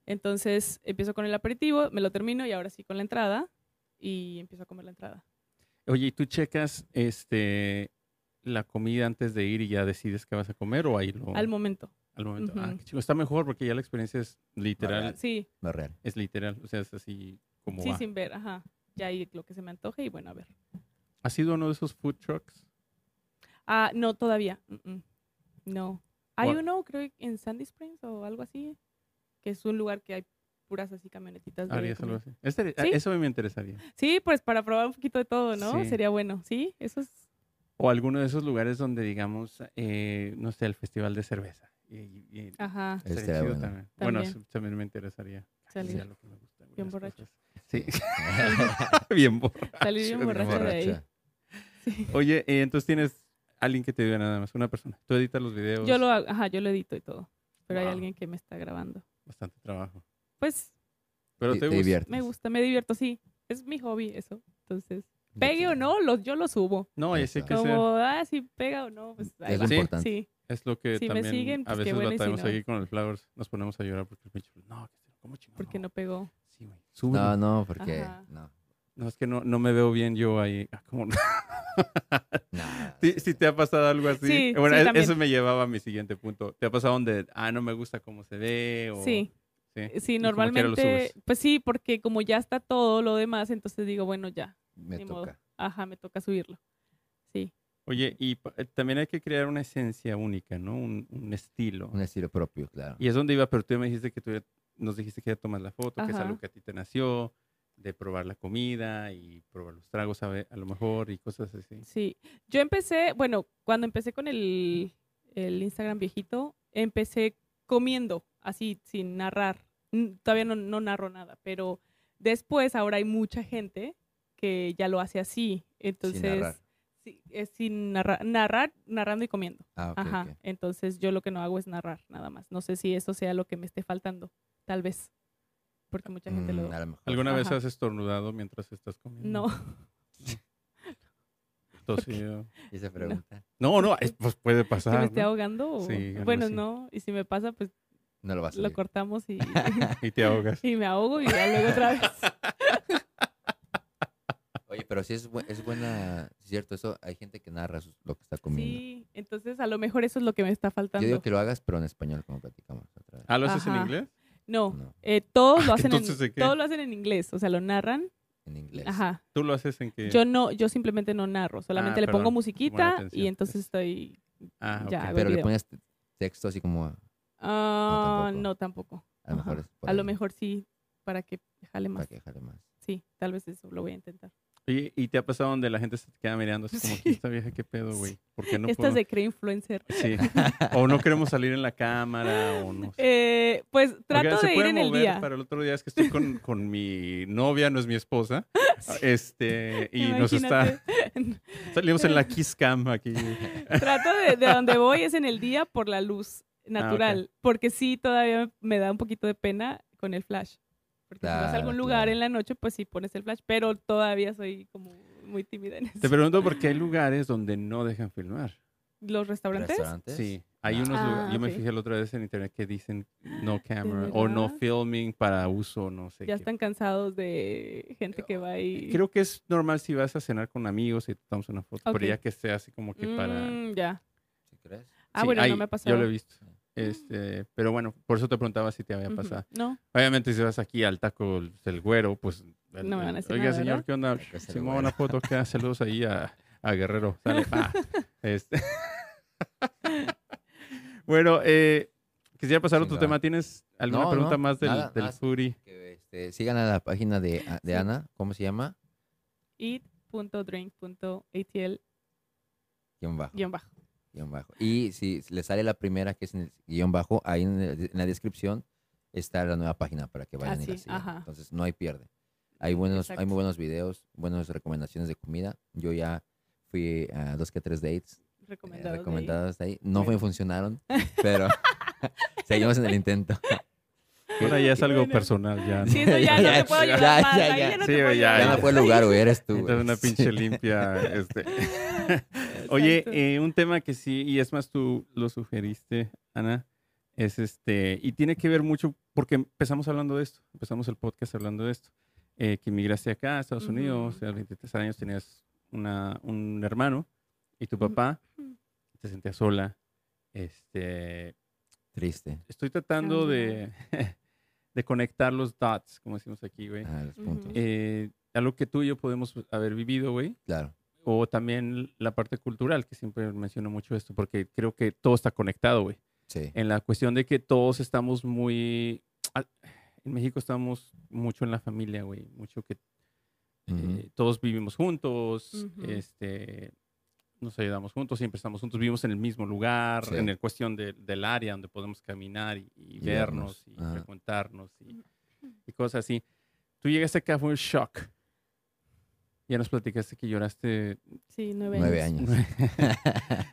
Entonces empiezo con el aperitivo, me lo termino y ahora sí con la entrada y empiezo a comer la entrada. Oye, ¿y tú checas este la comida antes de ir y ya decides qué vas a comer o ahí Oh. lo Al momento. al momento? Ah, Ujú. qué chido. Está mejor porque ya la experiencia es literal, Vale. Sí, No, real. es literal, o sea, es así como sí, va. sin ver, ajá. Ya ahí lo que se me antoje y bueno, a ver. ¿Has sido uno de esos food trucks? Ah, no, todavía. mm, mm, No. Hay Bueno. uno, creo, que en Sandy Springs o algo así, que es un lugar que hay puras así camionetitas. de Harías algo comida. así. Este- Sí. Eso me interesaría. Sí, pues para probar un poquito de todo, ¿no? Sí. Sería bueno. Sí, eso es... O alguno de esos lugares donde digamos, eh, no sé, el festival de cerveza. Y- y- y- Ajá, Estaría Estaría chido bueno. también. Bueno, Ah. También. eso también me interesaría. Ay, Salir. ya lo que me gusta, güey. Bien algunas borracho. cosas. Sí, bien borracho. Salí bien borracha de ahí. Borracha. Oye, eh, entonces tienes alguien que te ayuda nada más, una persona. Tú editas los videos. Yo lo hago, ajá, yo lo edito y todo. Pero hay Wow. alguien que me está grabando. Bastante trabajo. Pues Pero Te- te, te gusta. diviertes. me gusta, me divierto, sí. Es mi hobby eso. Entonces, Ya pegue o sé. no, los, yo lo subo. No, ya sé Exacto. que sea- Como, ah, si pega o no, pues ahí Es va. lo Sí. importante. Sí, es lo que Si me también siguen, a pues, qué veces bueno, y si batallamos no- aquí con el Flowers. Nos ponemos a llorar porque el pinche Flowers, no, que- ¿cómo chingado? porque no pegó. Sí, güey. súbelo. No, no, porque Ajá. no. No, es que no, no me veo bien yo ahí. Ah, ¿cómo no? Nada. Sí, sí te ha pasado algo así. Sí, bueno, sí, e- también. eso me llevaba a mi siguiente punto. ¿Te ha pasado donde, ah, no me gusta cómo se ve? O, Sí. eh, Sí. Sí, como quiera lo normalmente, subes. pues sí, porque como ya está todo lo demás, entonces digo, bueno, ya, Me Ni modo. toca. ajá, me toca subirlo. Sí, Oye, y pa- eh, también hay que crear una esencia única, ¿no? Un, un estilo. Un estilo propio, claro. Y es donde iba, pero tú ya me dijiste que tú ya- nos dijiste que ya tomas la foto, que es Ajá. algo que a ti te nació, de probar la comida y probar los tragos a, ve- a lo mejor y cosas así. sí. Yo empecé, bueno, cuando empecé con el, el Instagram viejito, empecé comiendo, así, sin narrar. Mm, Todavía no, no narro nada, pero después ahora hay mucha gente que ya lo hace así. Entonces, narrar. sí, es sin narrar, narrar, narrando y comiendo. Ah, ok, Ajá. ok. Entonces yo lo que no hago es narrar nada más. No sé si eso sea lo que me esté faltando. Tal vez. Porque mucha gente lo... Mm, a lo mejor. ¿Alguna vez Ajá. has estornudado mientras estás comiendo? No, Tosido. Y se pregunta. No, no, es- pues puede que me pasar. esté ¿no? ahogando. o- Sí, algo bueno, así. no. Y si me pasa, pues No lo vas a lo ver. cortamos y, Y te ahogas. y me ahogo y ya luego otra vez. Oye, pero sí es, bu- es buena. Es cierto, eso. Hay gente que narra sus- lo que está comiendo. Sí, entonces a lo mejor eso es lo que me está Yo faltando. digo que lo hagas, pero en español, como platicamos otra vez. ¿Ah, lo haces en Ajá. inglés? No, No, eh, todos lo Ah, hacen entonces, en, ¿de qué? todos lo hacen en inglés, o sea, lo narran. en inglés. Ajá. ¿Tú lo haces en qué? Yo no, yo simplemente no narro, solamente le pongo perdón, buena musiquita atención. y entonces estoy Ah, ok. ya, hago el Pero le video. pones te- texto así como. A Ah, tampoco. no, tampoco. lo mejor Ajá. es por A lo ahí, mejor sí, para que jale Para más. que jale más. Sí, tal vez eso lo voy a intentar. Oye, ¿Y te ha pasado donde la gente se te queda mirando así como, Sí. que esta vieja qué pedo, güey? ¿Por qué no Estas podemos- de Cree Influencer. Sí. O no queremos salir en la cámara o no sé. Eh, pues trato Oigan, ¿se de ir puede en el mover día. Para el otro día es que estoy con, con mi novia, no es mi esposa. Este, y nos está. Imagínate. Salimos en la Kiss Cam aquí. trato de, de donde voy es en el día por la Ah, luz natural, porque sí todavía me- me da un poquito de pena con el flash. Porque si vas a Claro, algún lugar claro. en la noche, pues sí pones el flash, pero todavía soy como muy tímida en Te eso. pregunto porque hay lugares donde no dejan filmar. ¿Los restaurantes? ¿Restaurantes? Sí. Hay unos Ah, lugares, yo me ok. fijé la otra vez en internet que dicen no camera o verdad? no filming para uso, no sé. Ya qué. están cansados de gente que va y... Creo que es normal si vas a cenar con amigos y te tomas una foto, Ok. pero ya que sea así como que para... Mm, ya. ¿Sí crees? Ah, Sí, bueno, hay, no me ha Yo pasado. lo he visto. Este, pero bueno, por eso te preguntaba si te había Ujú. pasado. No, Obviamente, si vas aquí al taco del güero, pues. el- No me el- van a decir Oiga, nada, señor, ¿verdad? ¿qué onda? Taco es el Se mueve güero". una foto acá, saludos ahí a, a Guerrero. Sale, pa. Este. bueno, eh, quisiera pasar a otro Chingada. tema. ¿Tienes alguna No, pregunta no, más del, nada, del nada. foodie? Que, este, sigan a la página de, a- de Sí. Ana. ¿Cómo se llama? eat.drink.atl Guión bajo. guión bajo. guión bajo. Y si les sale la primera, que es en el guión bajo, ahí en, el- en la descripción está la nueva página para que vayan Ah, y la sí, sigan. ajá. Entonces, no hay pierde. Hay, buenos, hay Exacto. muy buenos videos, buenas recomendaciones de comida. Yo ya fui a dos que tres dates eh, Recomendado. recomendados de ahí. No Bueno. me funcionaron, pero seguimos en el intento. Ahora ya es algo Bueno. personal, ya. ¿no? Sí, eso ya, no Ya, te puedo ya, ayudar ya, más. ya, ahí ya. no Sí, te puedo ya, ayudar Ya no más. fue el lugar, güey, eres tú. este. Entonces, güey. una Sí. pinche limpia. Este. Oye, Exacto. eh, un tema que sí, y es más tú lo sugeriste, Ana, es este, y tiene que ver mucho, porque empezamos hablando de esto, empezamos el podcast hablando de esto, eh, que emigraste acá a Estados Ujú. Unidos, a los 23 años tenías una, un hermano y tu Ujú. papá, Ujú. te sentías sola. Este, Triste. estoy tratando Cambio. de, de conectar los dots, como decimos aquí, güey. Ah, los Ujú. puntos. Eh, algo que tú y yo podemos haber vivido, güey Claro. o también la parte cultural, que siempre menciono mucho esto, porque creo que todo está conectado, güey. Sí. En la cuestión de que todos estamos muy... ah, En México estamos mucho en la familia, güey. Mucho que eh, Ujú. todos vivimos juntos, Ujú. este, nos ayudamos juntos, siempre estamos juntos, vivimos en el mismo lugar, Sí. en el cuestión de- del área donde podemos caminar y, y Y vernos vernos, y ajá. frecuentarnos y, y cosas así. Tú llegaste acá, fue un shock. Ya nos platicaste que lloraste Sí, nueve, Nueve años.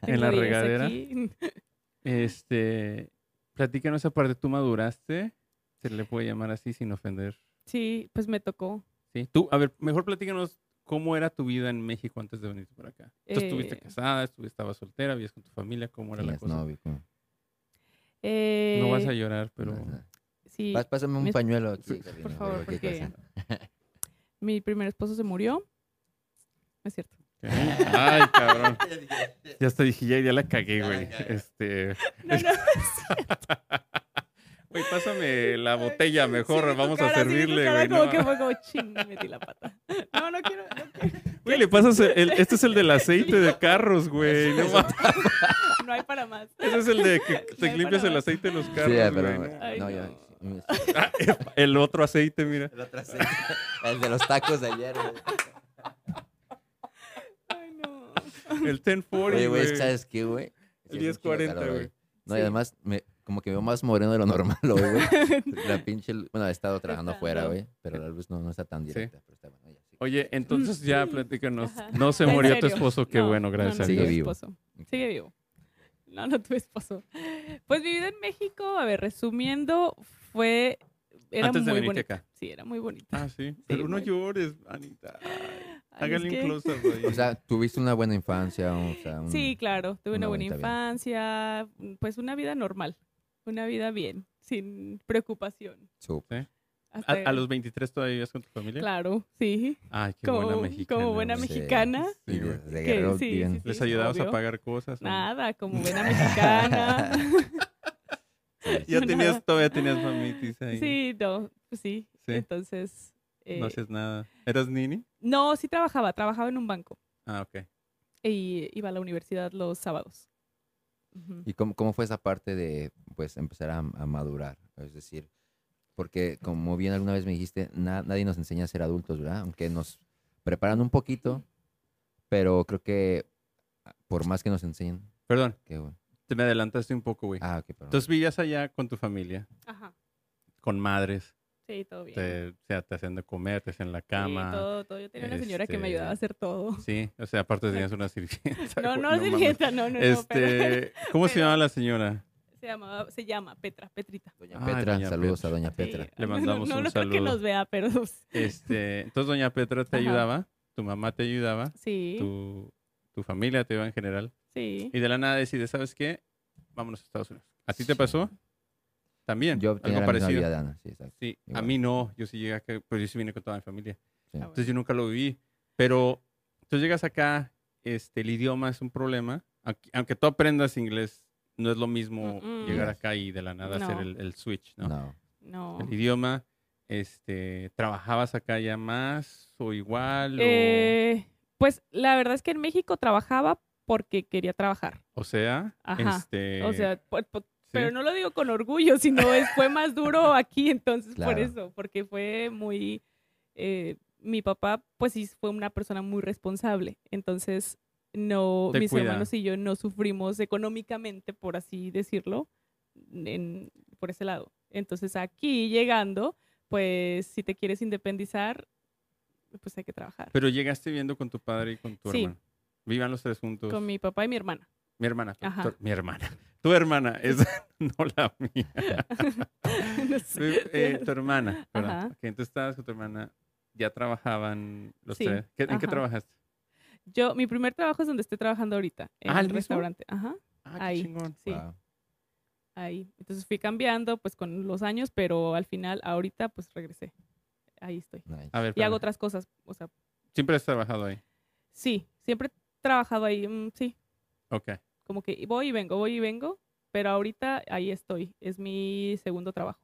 en la Tengo diez regadera. aquí. Este, platícanos esa parte, tú maduraste, se le puede llamar así sin ofender. Sí, pues me tocó. Sí, tú, a ver, mejor platícanos cómo era tu vida en México antes de venirte para acá. Tú estuviste Eh, casada, estuviste, estabas soltera, vivías con tu familia, cómo era la Tenías cosa. No, novio, ¿cómo? Eh, vas a llorar, pero Ajá. Sí, Pas- pásame un mis- pañuelo aquí, Por Karina, favor, cualquier porque- cosa. mi primer esposo se murió. No es cierto. Ok. Ay, cabrón. Ya hasta dije, ya, ya la cagué, güey. Este, No, no. güey, pásame la botella mejor, Sí, tu vamos a cara, sí, tu servirle, cara güey. Como no. que fue como ching, metí la pata. No, no quiero. No, quiero. Güey, le pasas el, este es el del aceite de carros, güey. No mames. no hay para más. Ese es el de que te No, limpias para- el aceite de los Sí, carros. ya, güey, pero ¿no? Ay, no, no. ya- sí, Ah, el otro aceite, mira. El otro aceite, el de los tacos de ayer. güey. Ay, no. El 1040. Oye, güey, güey. ¿sabes qué, güey? El Sí, hace un chingo de 10.40, calor, güey. No, y Sí. además, me, como que veo más moreno de lo normal, hoy, güey. La pinche... lu- Bueno, he estado trabajando Está, afuera, no. güey, pero la luz no, no está tan Sí. directa. Pero está bueno, ya, sí. Oye, entonces ya platícanos. Ajá. No se ¿En murió tu serio? esposo, qué No, bueno, no, gracias no, a Sigue tuve Dios. vivo. esposo. Sigue vivo. No, no tuve esposo. Pues mi vida en México, a ver, resumiendo, fue. Era Antes de muy venirte bonita. acá. Sí, era muy bonita. Ah, sí. Pero no muy- llores, Anita. Ay, es Háganle que- un close-up ahí. O sea, tuviste una buena infancia, o sea... un- Sí, claro, tuve una una, buena bonita vida. infancia, mm, pues una vida normal, una vida bien, sin preocupación. su- ¿A, Hasta- a los 23 todavía vivías con tu familia? Claro, sí. Ay, qué como, buena mexicana. como buena güey. Sí. mexicana. y Sí, güey. de, de Que Guerrero sí, viven- sí, sí. Les ayudabas a obvio. pagar cosas. o no? Nada, como buena mexicana. Ya nada. tenías, todavía tenías mamitis ahí. sí, no, pues sí. Sí. Entonces, eh, No hacías nada. ¿Eras nini? no, sí trabajaba, trabajaba en un banco Ah, ok. y iba a la universidad los sábados. Ujú. ¿Y cómo, cómo fue esa parte de pues empezar a, a madurar? Es decir, porque como bien alguna vez me dijiste, na- nadie nos enseña a ser adultos, ¿verdad? Aunque nos preparan un poquito, pero creo que ah, por más que nos enseñen, Perdón, qué bueno. te me adelantaste un poco, güey. Ah, ok, perdón. Entonces vivías allá con tu familia, Ajá, con madres. sí, todo bien. Te, o sea, te hacían de comer, te hacían la Sí, cama. todo, todo. Yo tenía una señora que este, me ayudaba a hacer todo. Sí, o sea, aparte tenías una sirvienta. No, güey, no, mames. sirvienta, no, no, no, pero Este, ¿Cómo se pero- llamaba la señora? se, llamaba, se llama Petra, Petrita. doña Ay, Petra, ah, doña saludos Ah, Petra. a doña Sí, Petra. Le no, mandamos no, un no, creo que saludo. nos vea, pero Este, entonces doña Petra te Ajá. ayudaba, tu mamá te ayudaba, sí, tu, tu familia te ayudaba en general. sí. Y de la nada decides, ¿sabes qué? Vámonos a Estados Unidos. ¿A ti te pasó? También, Yo tenía algo la misma vida parecido. de Ana, sí, exacto. Sí, a Igual. mí no, yo sí llegué acá, pero yo sí vine con toda mi familia. sí. Ah, bueno. Entonces yo nunca lo viví. Pero tú llegas acá, este, el idioma es un problema. Aunque, aunque tú aprendas inglés, no es lo mismo Mm-mm. llegar acá y de la nada hacer No. el, el switch, ¿no? No. No. El idioma, este, ¿trabajabas acá ya más o igual? o- Eh, pues la verdad es que en México trabajaba porque quería trabajar. O, sea, Ajá, este... O sea, po- po- sí. pero no lo digo con orgullo, sino es, fue más duro aquí, entonces por Claro. eso, porque fue muy... eh, mi papá, pues sí, fue una persona muy responsable, entonces no, Te mis cuida. hermanos y yo no sufrimos económicamente, por así decirlo, en- por ese lado. Entonces aquí llegando, pues si te quieres independizar, pues hay que trabajar. Pero llegaste viendo con tu padre y con tu Sí. hermano. Vivan los tres juntos. Con mi... mi papá y mi hermana. hermana. tu- Ajá. tu- mi hermana. Tu hermana, es no la mía. No sé. Eh, eh, tu hermana, ¿verdad? Ajá. Ok, entonces estabas con tu hermana, ya trabajaban los Sí, tres. ¿Qué- ¿En qué ajá. trabajaste? Yo, mi primer trabajo es donde estoy trabajando ahorita, en Ah, ¿el el mismo? restaurante. Ajá, Ah, qué Ahí. chingón. sí, Wow. ahí. Entonces fui cambiando, pues, con los años, pero al final, ahorita, pues, regresé. Ahí estoy. Nice. A ver, Y espérame. hago otras cosas, o sea, Siempre has trabajado ahí. sí, siempre he trabajado ahí, mm, sí, Ok. como que voy y vengo, voy y vengo, pero ahorita ahí estoy, es mi segundo trabajo.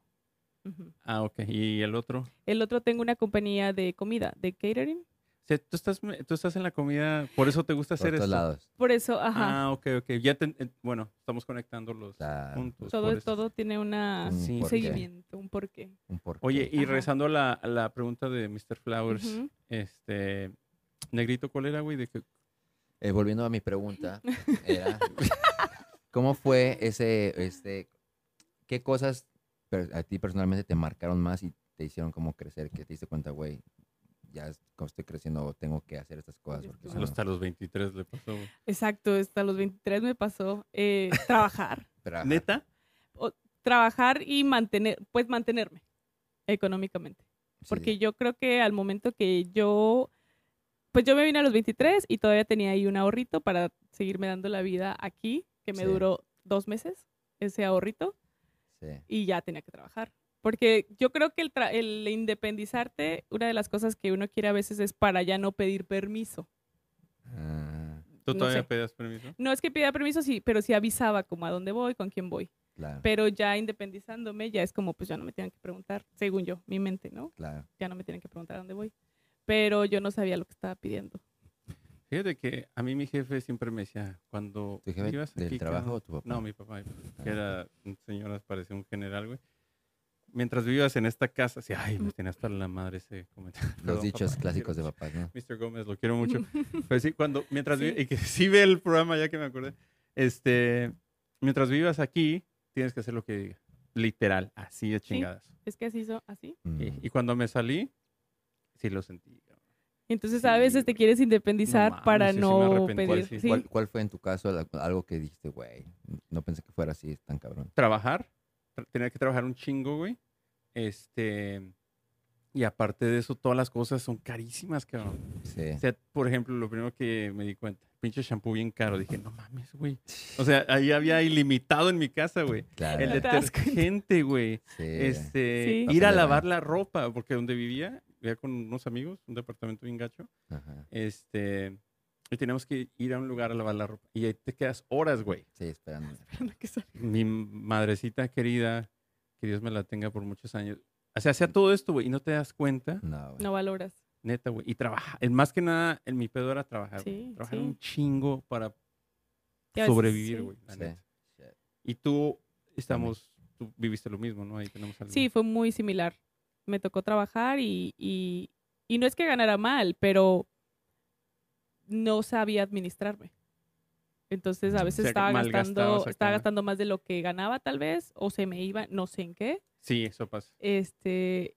Ujú. Ah, ok. ¿Y el otro? O El otro tengo una compañía de comida, de catering, sea, tú estás, tú estás en la comida, por eso te gusta Por hacer todos esto. lados. por eso, ajá, Ah, ok, ok. Ya te- eh, bueno, estamos conectando los Claro. puntos. pues, por todo, eso. todo tiene una, Un Sí. un porqué, seguimiento, un porqué. un porqué. Oye, y Ajá. regresando a la, a la pregunta de Mr. Flowers, Ujú. este, Negrito, ¿cuál era, güey? De que- Eh, volviendo a mi pregunta, era, ¿cómo fue ese, este, qué cosas per- a ti personalmente te marcaron más y te hicieron como crecer, que te diste cuenta, güey, ya es- como estoy creciendo, tengo que hacer estas cosas. Porque si no, Hasta los 23 le pasó. güey. Exacto, hasta los 23 me pasó eh, trabajar. trabajar". ¿Neta? trabajar y mantener, pues mantenerme económicamente. Sí, Porque yo creo que al momento que yo, pues yo me vine a los 23 y todavía tenía ahí un ahorrito para seguirme dando la vida aquí, que Sí. me duró dos meses ese ahorrito sí. y ya tenía que trabajar. Porque yo creo que el, tra- el independizarte, una de las cosas que uno quiere a veces es para ya no pedir permiso. Ah, ¿Tú No todavía sé. pedías permiso? No es que pida permiso, sí, pero sí avisaba como a dónde voy, con quién voy. claro, Pero ya independizándome, ya es como, pues ya no me tienen que preguntar, según yo, mi mente, ¿no? claro. Ya no me tienen que preguntar a dónde voy. Pero yo no sabía lo que estaba pidiendo. Fíjate que a mí mi jefe siempre me decía, cuando ¿Tu jefe ibas del aquí, trabajo cabrón". o tu papá? No, mi papá, mi Ah, papá, que era un señor, parecía un general, güey. Mientras vivas en esta casa, sí, ay, me tenía hasta la madre ese comentario. Los Perdón, dichos papá, te clásicos de quiero papás, ¿no? mucho. Mr. Gómez, lo quiero mucho. Pero sí, cuando, mientras vi- Sí. y que sí ve el programa, ya que me acordé, este, mientras vivas aquí, tienes que hacer lo que diga. Literal, así de chingadas. Es que así hizo así. Mm, Y, y cuando me salí, sí lo sentí. cabrón. Entonces Sí, a veces te güey. quieres independizar No mames, para sí, sí me no arrepentí. pedir. ¿Cuál- sí? sí. ¿Cuál, cuál fue en tu caso la- algo que dijiste, güey? No pensé que fuera así, tan cabrón. Trabajar, tra- tenía que trabajar un chingo, güey. Este, y aparte de eso, todas las cosas son carísimas, cabrón. Sí. O sea, por ejemplo, lo primero que me di cuenta, pinche shampoo bien caro. Dije, no mames, güey. O sea, ahí había ilimitado en mi casa, güey. Claro. El Ya te das cuenta. detergente, güey. sí. Este, Sí. ir a Papel de lavar baño. la ropa, porque donde vivía, vivía con unos amigos, un departamento bien gacho. Ajá. Este, y teníamos que ir a un lugar a lavar la ropa. Y ahí te quedas horas, güey. Sí, esperando. que salga. Mi madrecita querida, que Dios me la tenga por muchos años. O sea, Mm. hacía todo esto, güey, y no te das cuenta, No, güey. No valoras. neta, güey. Y trabaja. Es más que nada, en mi pedo era trabajar. Sí, güey. Trabajar sí. un chingo para Y a veces sobrevivir, sí. güey. la Sí. neta. Sí. Y tú estamos, tú viviste lo mismo, ¿no? Ahí tenemos algo. Sí, fue muy similar. Me tocó trabajar y, y, y no es que ganara mal, pero no sabía administrarme. Entonces a O veces Mm, sea, que estaba gastando, malgastabas estaba acá. gastando más de lo que ganaba tal vez, o se me iba, no sé en qué. Sí, eso pasa. Este,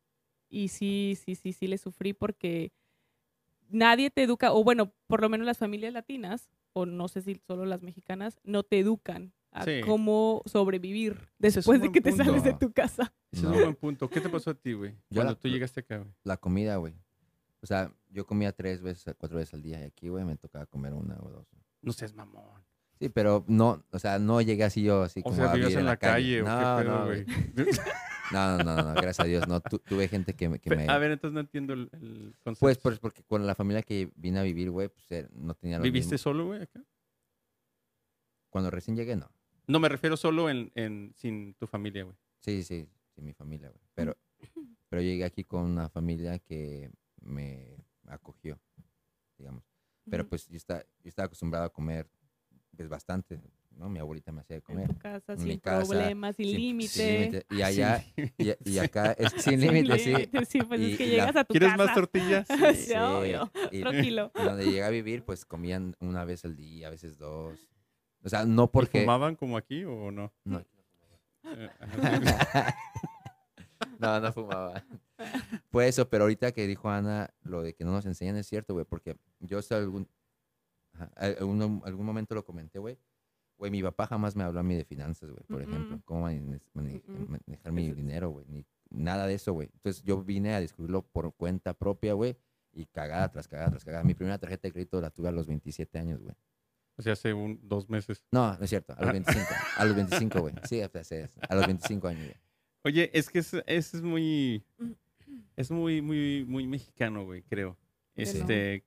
y sí, sí, sí, sí le sufrí porque nadie te educa, o bueno, por lo menos las familias latinas, o no sé si solo las mexicanas, no te educan a Sí. cómo sobrevivir Ese es después un de buen que te punto. sales de No. tu casa. Ese No. es un buen punto. ¿Qué te pasó a ti, güey? Yo Cuando la- tú llegaste acá, güey. La comida, güey. O sea, yo comía tres veces, a- cuatro veces al día y aquí, güey, me tocaba comer una o dos. No seas mamón. Sí, pero no, o sea, no llegué así yo, así O como sea, a vivías vivir en la calle, o No, qué pedo, no, güey. No, no, no, no, gracias a Dios, no. Tu- tuve gente que me... Que me... a ver, entonces no entiendo el, el concepto. Pues, pues porque con la familia que vine a vivir, güey, pues eh, no tenía lo ¿Viviste mismo. solo, güey, acá? Cuando recién llegué, no. No, me refiero solo en, en sin tu familia, güey. Sí, sí, sí, mi familia, güey. Pero, pero llegué aquí con una familia que me acogió, digamos. Pero Ujú. pues yo, está, yo estaba acostumbrado a comer, pues bastante, ¿no? Mi abuelita me hacía de en comer. tu casa, en mi sin casa, problemas, sin, sin- límite. Ah, sin límite. Y allá, Sí. y, y acá, es, sin sin límite, sí. límite, sí, pues Y- es que y la- llegas a tu ¿Quieres casa. más tortillas? Sí, obvio. y- Otro kilo. y donde llegué a vivir, pues comían una vez al día, a veces dos. O sea, no porque... ¿Fumaban como aquí o no? No. Eh, ajá. No, no fumaba. Fue eso, pero ahorita que dijo Ana, lo de que no nos enseñan es cierto, güey, porque yo hasta algún, ajá, al- algún, algún momento lo comenté, güey. Güey, mi papá jamás me habló a mí de finanzas, güey, por ejemplo. Mm-mm. Cómo mane- mane- Mm-mm. manejar mi Eso- dinero, güey. Ni nada de eso, güey. Entonces yo vine a descubrirlo por cuenta propia, güey. Y cagada tras cagada tras cagada. Mi primera tarjeta de crédito la tuve a los 27 años, güey. o sea, hace un, dos meses. No, no es cierto. A los 25. a los 25, güey. Sí, o sea, sí, a los 25 años, güey. Oye, es que es, es muy. Es muy, muy, muy mexicano, güey, creo. De no. Este.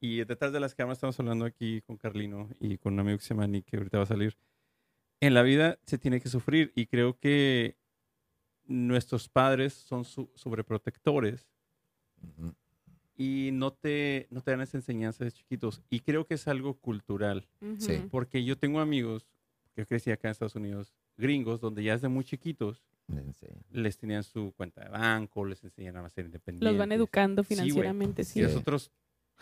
Y detrás de las cámaras estamos hablando aquí con Carlino y con un amigo que se llama Nick, que ahorita va a salir. En la vida se tiene que sufrir y creo que nuestros padres son su- sobreprotectores Ujú. y no te, no te dan esa enseñanza de chiquitos. Y creo que es algo cultural. Ujú. Sí. Porque yo tengo amigos, que yo crecí acá en Estados Unidos, gringos, donde ya desde muy chiquitos Les enseñan. les tenían su cuenta de banco, les enseñaban a ser independientes. Los van educando pues. Sí, güey. financieramente, sí. Y Sí. nosotros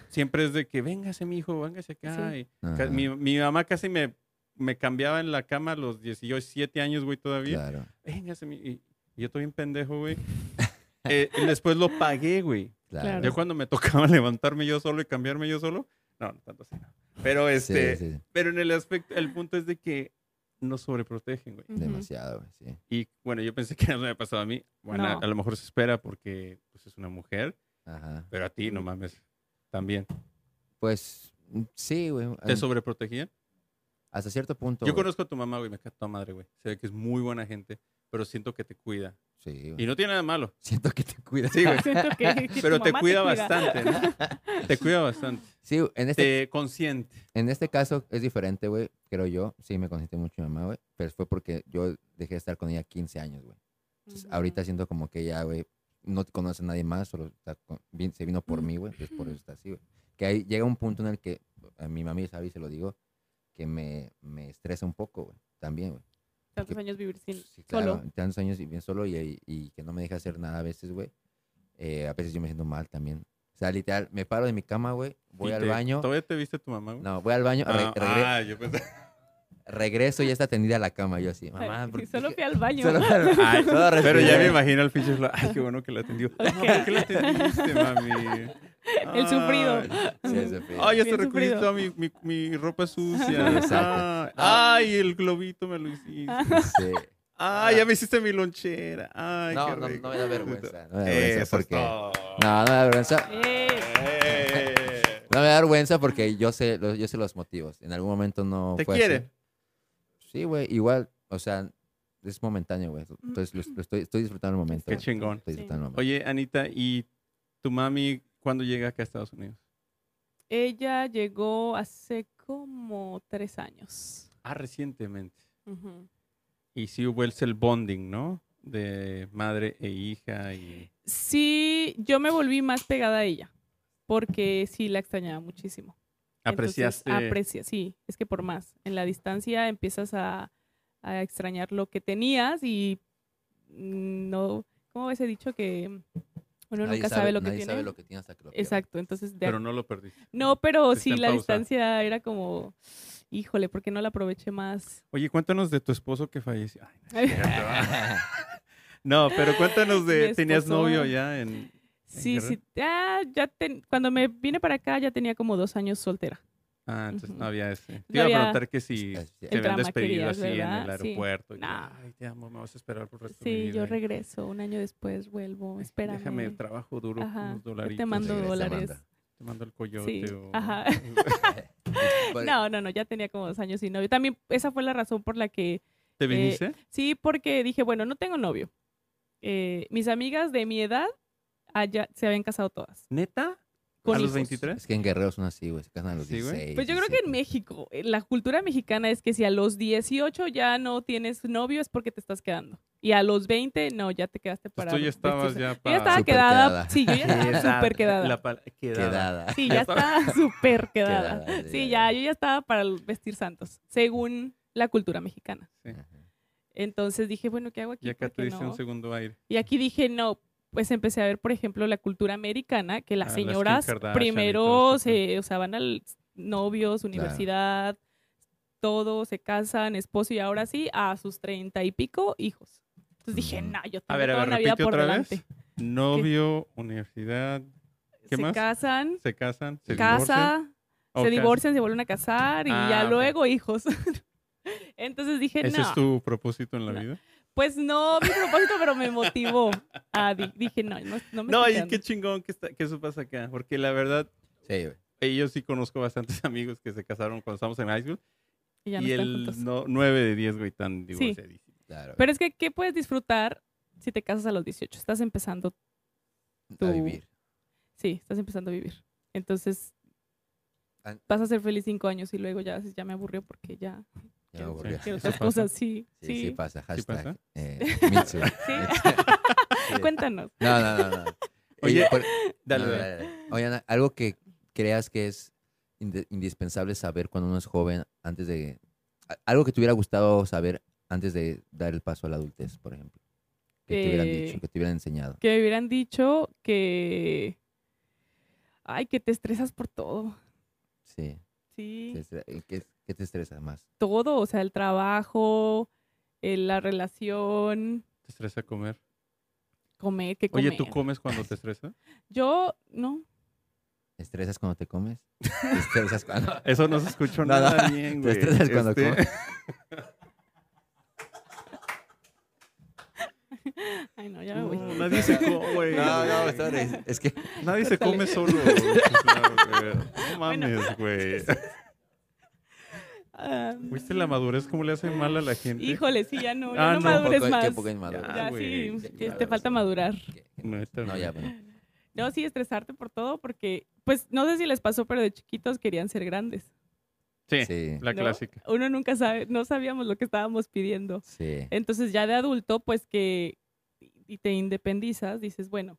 siempre es de que, véngase, mi hijo, véngase acá. Sí. y ca- Ajá, mi, mi mamá casi me, me cambiaba en la cama a los 17 años, güey, todavía. Claro. Véngase, mi... y- y yo estoy bien pendejo, güey. eh, y después lo pagué, güey. Claro. Claro. Yo cuando me tocaba levantarme yo solo y cambiarme yo solo, no, no tanto así. no. Pero Sí, este, sí, sí. pero en el aspecto, el punto es de que nos sobreprotegen, güey. Ujú. Demasiado, güey, sí. Y bueno, yo pensé que no me había pasado a mí. Bueno, a- No. a, lo mejor se espera porque pues, es una mujer, Ajá. pero a ti no mames. También. Pues mm, sí, güey. ¿Te an- sobreprotegían? Hasta cierto punto. Yo güey. conozco a tu mamá, güey, me cae toda madre, güey. Se ve que es muy buena gente, pero siento que te cuida. Sí, güey. Y no tiene nada de malo. Siento que te cuidas. Sí, güey. Siento que- que tu Pero te mamá cuida bastante, ¿no? Te cuida bastante. Sí, en este, Te consiente. en este caso es diferente, güey. Creo yo. Sí, me consiente mucho mi mamá, güey. Pero fue porque yo dejé de estar con ella 15 años, güey. Entonces, Ujú. ahorita siento como que ya, güey, no te conoce a nadie más, solo está con- vin- se vino por mí, güey, pues por eso está así, güey. Que ahí llega un punto en el que a mi mami, ¿sabes? Se lo digo, que me, me estresa un poco, güey, también, güey. Tantos años vivir sin, Sí, claro, solo. tantos años y bien solo y, y- y que no me deja hacer nada a veces, güey. Eh, a veces yo me siento mal también. O sea, literal, me paro de mi cama, güey, voy Y al te- baño. ¿Todavía te viste a tu mamá, güey? No, voy al baño, re- Ah, regre- ah, yo pensé. regreso y ya está tendida la cama, yo así, mamá. ¿por qué- Solo fui al baño. solo fui al- Ay, solo pero ya me respiré". imagino al pinche Flo- Ay, qué bueno que la atendió. No, ¿Por qué la atendiste, mami? El sufrido. Ay. Sí, eso fue. Ay, ya se Bien recogió sufrido. toda mi, mi, mi ropa sucia. Ah, Exacto. Ay, ay, el globito me lo hiciste. Sí. Ay, ya me hiciste mi lonchera. Ay, no, qué no, rico. no me da vergüenza. No me da Eso vergüenza es porque. No, todo. no me da vergüenza. Eh, Eh. No me da vergüenza porque yo sé, los- yo sé los motivos. En algún momento no. ¿Te fue así. quieren? Sí, güey. Igual, o sea, es momentáneo, güey. Mm. Entonces lo, lo estoy, estoy disfrutando el momento. Qué güey. chingón. Estoy Sí. disfrutando el momento. Oye, Anita, ¿y tu mami cuándo llega acá a Estados Unidos? ella llegó hace como tres años. Ah, recientemente. Ujú. Y sí hubo el cel bonding, ¿no? De madre e hija y... Sí, yo me volví más pegada a ella, porque sí la extrañaba muchísimo. Entonces, Apreciaste... aprecia- sí, es que por más. En la distancia empiezas a, a extrañar lo que tenías y mm, no. ¿Cómo ves? He dicho que mm, uno Nadie nunca sabe, lo que nadie tiene. sabe lo que tiene hasta que lo pierda. Exacto, entonces de pero no lo perdí. No, pero Está sí, en la pausa. distancia era como, híjole, ¿por qué no la aproveché más? Oye, cuéntanos de tu esposo que falleció. Ay, no, es cierto. No, pero cuéntanos de... Mi ¿Tenías esposo- novio ya en...? Sí, Guerrero? sí, ah, ya ten- cuando me vine para acá ya tenía como dos años soltera. Ah, entonces no Ujú. había ese. Te No iba a había- preguntar que si Es- te El habían drama despedido querías, así en el ¿verdad? Sí. aeropuerto. y que, No. Ay, te amo, me vas a esperar por el resto de mi Sí, vida. yo y- regreso, un año después vuelvo, Pues "Ay, espérame. Déjame trabajo duro Ajá, yo unos te dolaritos. mando y Regresa, dólares. Amanda. Te mando el coyote. o- ajá. Pues, No, no, no, ya tenía como dos años sin novio. También esa fue la razón por la que, ¿Te viniste? sí, porque dije, bueno, no tengo novio. Eh, mis amigas de mi edad allá se habían casado todas. ¿Neta? Con ¿A los hijos. 23? Es que en Guerrero son así, güey. Se casan a los Sí, güey. 16. Pues yo creo que 17. en México, eh, la cultura mexicana es que si a los 18 ya no tienes novio es porque te estás quedando. Y a los 20, no, ya te quedaste Pues para. tú ya estabas ya Yo para... ya estaba Súper quedada. quedada. Sí, yo ya estaba súper quedada. La pal- quedada. Quedada. Sí, ya estaba súper quedada. Quedada, Sí, ya, ya. ya, yo ya estaba para el vestir santos, según la cultura mexicana. Ajá. Entonces dije, bueno, ¿qué hago aquí? Y acá ¿Por qué te diste no? un segundo aire. Y aquí dije, no, pues empecé a ver, por ejemplo, la cultura americana, que Ah, las las Kim señoras Kardashian y todo primero eso, sí. se, o sea, van al novios, universidad, todo, se casan, esposo y ahora sí, a sus treinta y pico hijos. Entonces dije, Ujú. no, yo Mm. A tengo ver, a toda ver, una vida repite por otra delante. vez. Novio, universidad, ¿Qué se más? casan, se casan, se divorcian. casa, ¿O se casa? divorcian, se vuelven a casar y Ah, ya ok. luego hijos. Entonces dije, ¿Ese no, es tu propósito en la No. vida? pues no, mi propósito, pero me motivó. Ah, di- dije, no, no, no me No, estoy y quedando". qué chingón que, está, que eso pasa acá. Porque la verdad, Sí, güey. eh, yo sí conozco bastantes amigos que se casaron cuando estábamos en high school. Y ya no y están el juntos. no, 9 de 10, güey, tan divorciadísimo. Claro. Pero es que, ¿qué puedes disfrutar si te casas a los 18? Estás empezando, A tú- vivir. sí, estás empezando a vivir. Entonces, An- vas a ser feliz cinco años y luego ya, dices, ya me aburrió porque ya Ya me aburrió. quiero Eso otras pasa. cosas. Sí, Sí, sí, sí. pasa. Hashtag. pasa? eh, me too. Sí. Cuéntanos. No, no, no, no. Oye, Oye, por- Dale, no, dale. dale, dale. Oye, Ana, algo que creas que es inde- indispensable saber cuando uno es joven antes de... a- Algo que te hubiera gustado saber antes de dar el paso a la adultez, por ejemplo. Que te hubieran Eh, dicho, que te hubieran enseñado. Que me hubieran dicho que. Ay, que te estresas por todo. Sí. Sí, que estre- eh, ¿Qué, qué te estresa más? todo. O sea, el trabajo, eh, la relación, Te estresa comer. comer, qué comer. Oye, ¿tú comes cuando te estresas? Yo, no. ¿Te estresas cuando te comes? ¿Te estresas cuando...? Eso no se escuchó No, nada no. bien, ¿Te güey. estresas cuando Este, comes? Ay, no, ya me voy. no, nadie se come, güey. No, no, sorry. Es que... Nadie se Córtale. come solo. güey. Claro, güey. No mames, güey. Ah, ¿Viste la madurez cómo le hace mal a la gente? híjole, sí, ya no, ya Ah, no, no, Qué madures poco- más. qué poco inmaduro. Ya. ya Ah, güey, sí, ya te- te madures. falta madurar. Neta, No, güey. ya, bueno. No, sí, estresarte por todo, porque, pues, no sé si les pasó, pero de chiquitos querían ser grandes. Sí, Sí, la ¿no? clásica. Uno nunca sabe, no sabíamos lo que estábamos pidiendo. sí. Entonces, ya de adulto, pues que y te independizas, dices, bueno,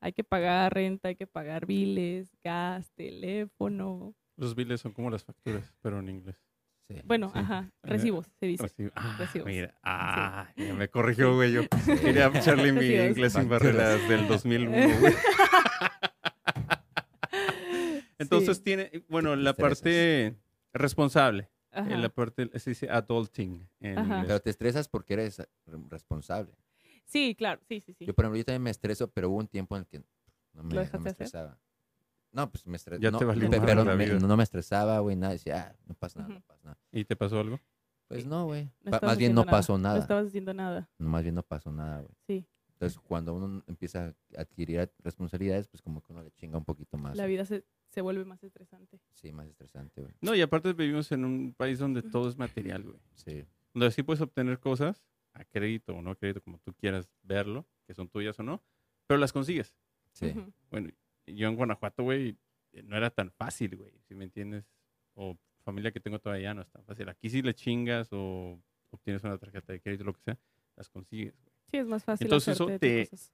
hay que pagar renta, hay que pagar biles, gas, teléfono. Los biles son como las facturas, pero en inglés. sí. Bueno, Sí. Eh, ajá, recibos, se dice. Así, ah, Recibos. mira, ah, ya me corrigió, güey. Yo quería Sí. echarle mi Recibos. inglés sin Facturas. barreras del 2001, güey. Entonces Sí, tiene, bueno, Te la estresas. parte responsable, eh, ajá. la parte, se dice adulting en Ajá. inglés. Pero te estresas porque eres eh, re- responsable. Sí, claro, sí, sí, sí. Yo, por ejemplo, yo también me estreso, pero hubo un tiempo en el que no me, no me dejaste hacer? estresaba. No, pues me estresaba. Ya no, te valió pe- madre pero la me- vida. no me estresaba, güey, nada. Decía, ah, no pasa nada, Ujú. no pasa nada. ¿Y te pasó algo? Pues Sí. no, güey. No Pa- estabas más bien haciendo no pasó No nada. estabas haciendo nada, No, más bien no pasó nada, güey. sí. Entonces, cuando uno empieza a adquirir responsabilidades, pues como que uno le chinga un poquito más. La güey. vida se, se vuelve más estresante. Sí, más estresante, güey. No, y aparte vivimos en un país donde todo es material, güey. Sí. donde sí puedes obtener cosas a crédito o no a crédito, como tú quieras verlo, que son tuyas o no, pero las consigues. Sí. Ujú. Bueno, yo en Guanajuato, güey, eh, no era tan fácil, güey, si me entiendes. O familia que tengo todavía no es tan fácil. Aquí sí le chingas o obtienes una tarjeta de crédito, lo que sea, las consigues. güey. Sí, es más fácil. Entonces, eso hacerte de tus te- cosas.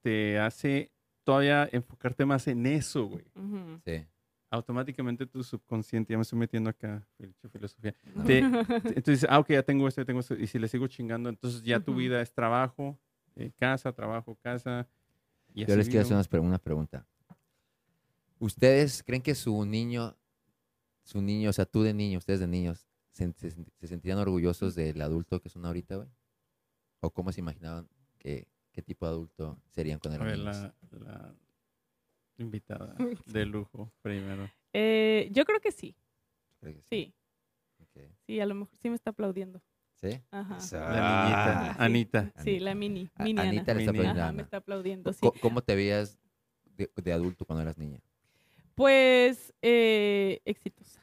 Te hace todavía enfocarte más en eso, güey. Ujú. Sí. Automáticamente tu subconsciente, ya me estoy metiendo acá, pinche filosofía, te- Entonces, ah, ok, ya tengo esto, ya tengo esto. Y si le sigo chingando, entonces ya tu Ujú. vida es trabajo, eh, casa, trabajo, casa. Y Yo así les quiero hacer vivo. unas pre- una pregunta. ¿Ustedes creen que su niño, su niño, o sea, tú de niño, ustedes de niños, se, se sent- se sentirían orgullosos del adulto que son ahorita, güey? ¿O cómo se imaginaban que, qué tipo de adulto serían cuando A eran ver, niños? la, la invitada de lujo primero. Eh, yo creo que sí, ¿Creen que sí. Ok. Sí, a lo mejor sí me está aplaudiendo. ¿Sí? Ajá. Eso. La Ah. niñita, Anita. Sí, la Anita. mini. A- mini Anita le está Mini. poniendo Ana. a Ajá, me Ana. está aplaudiendo, sí. Co- ¿Cómo te veías de, de adulto cuando eras niña? Pues eh, exitosa.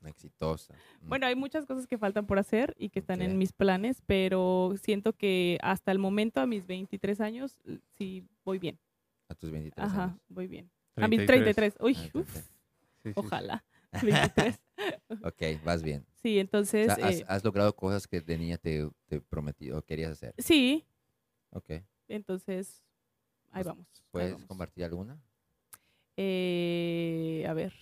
Una Exitosa. una- Bueno, hay muchas cosas que faltan por hacer y que están Mm. Ok. en mis planes, pero siento que hasta el momento, a mis 23 años, l- sí voy bien. mm, a tus 23 Ajá, años. Ah, voy bien. A mis 33. Uy, uf, Sí, sí, sí. ojalá. 23. Ok, vas bien. Sí, O entonces. sea, has, eh, has logrado cosas que de niña te, te prometí o querías hacer. sí, Ok. entonces. Ahí Pues, vamos. ahí ¿Puedes vamos. compartir alguna? Eh, a ver.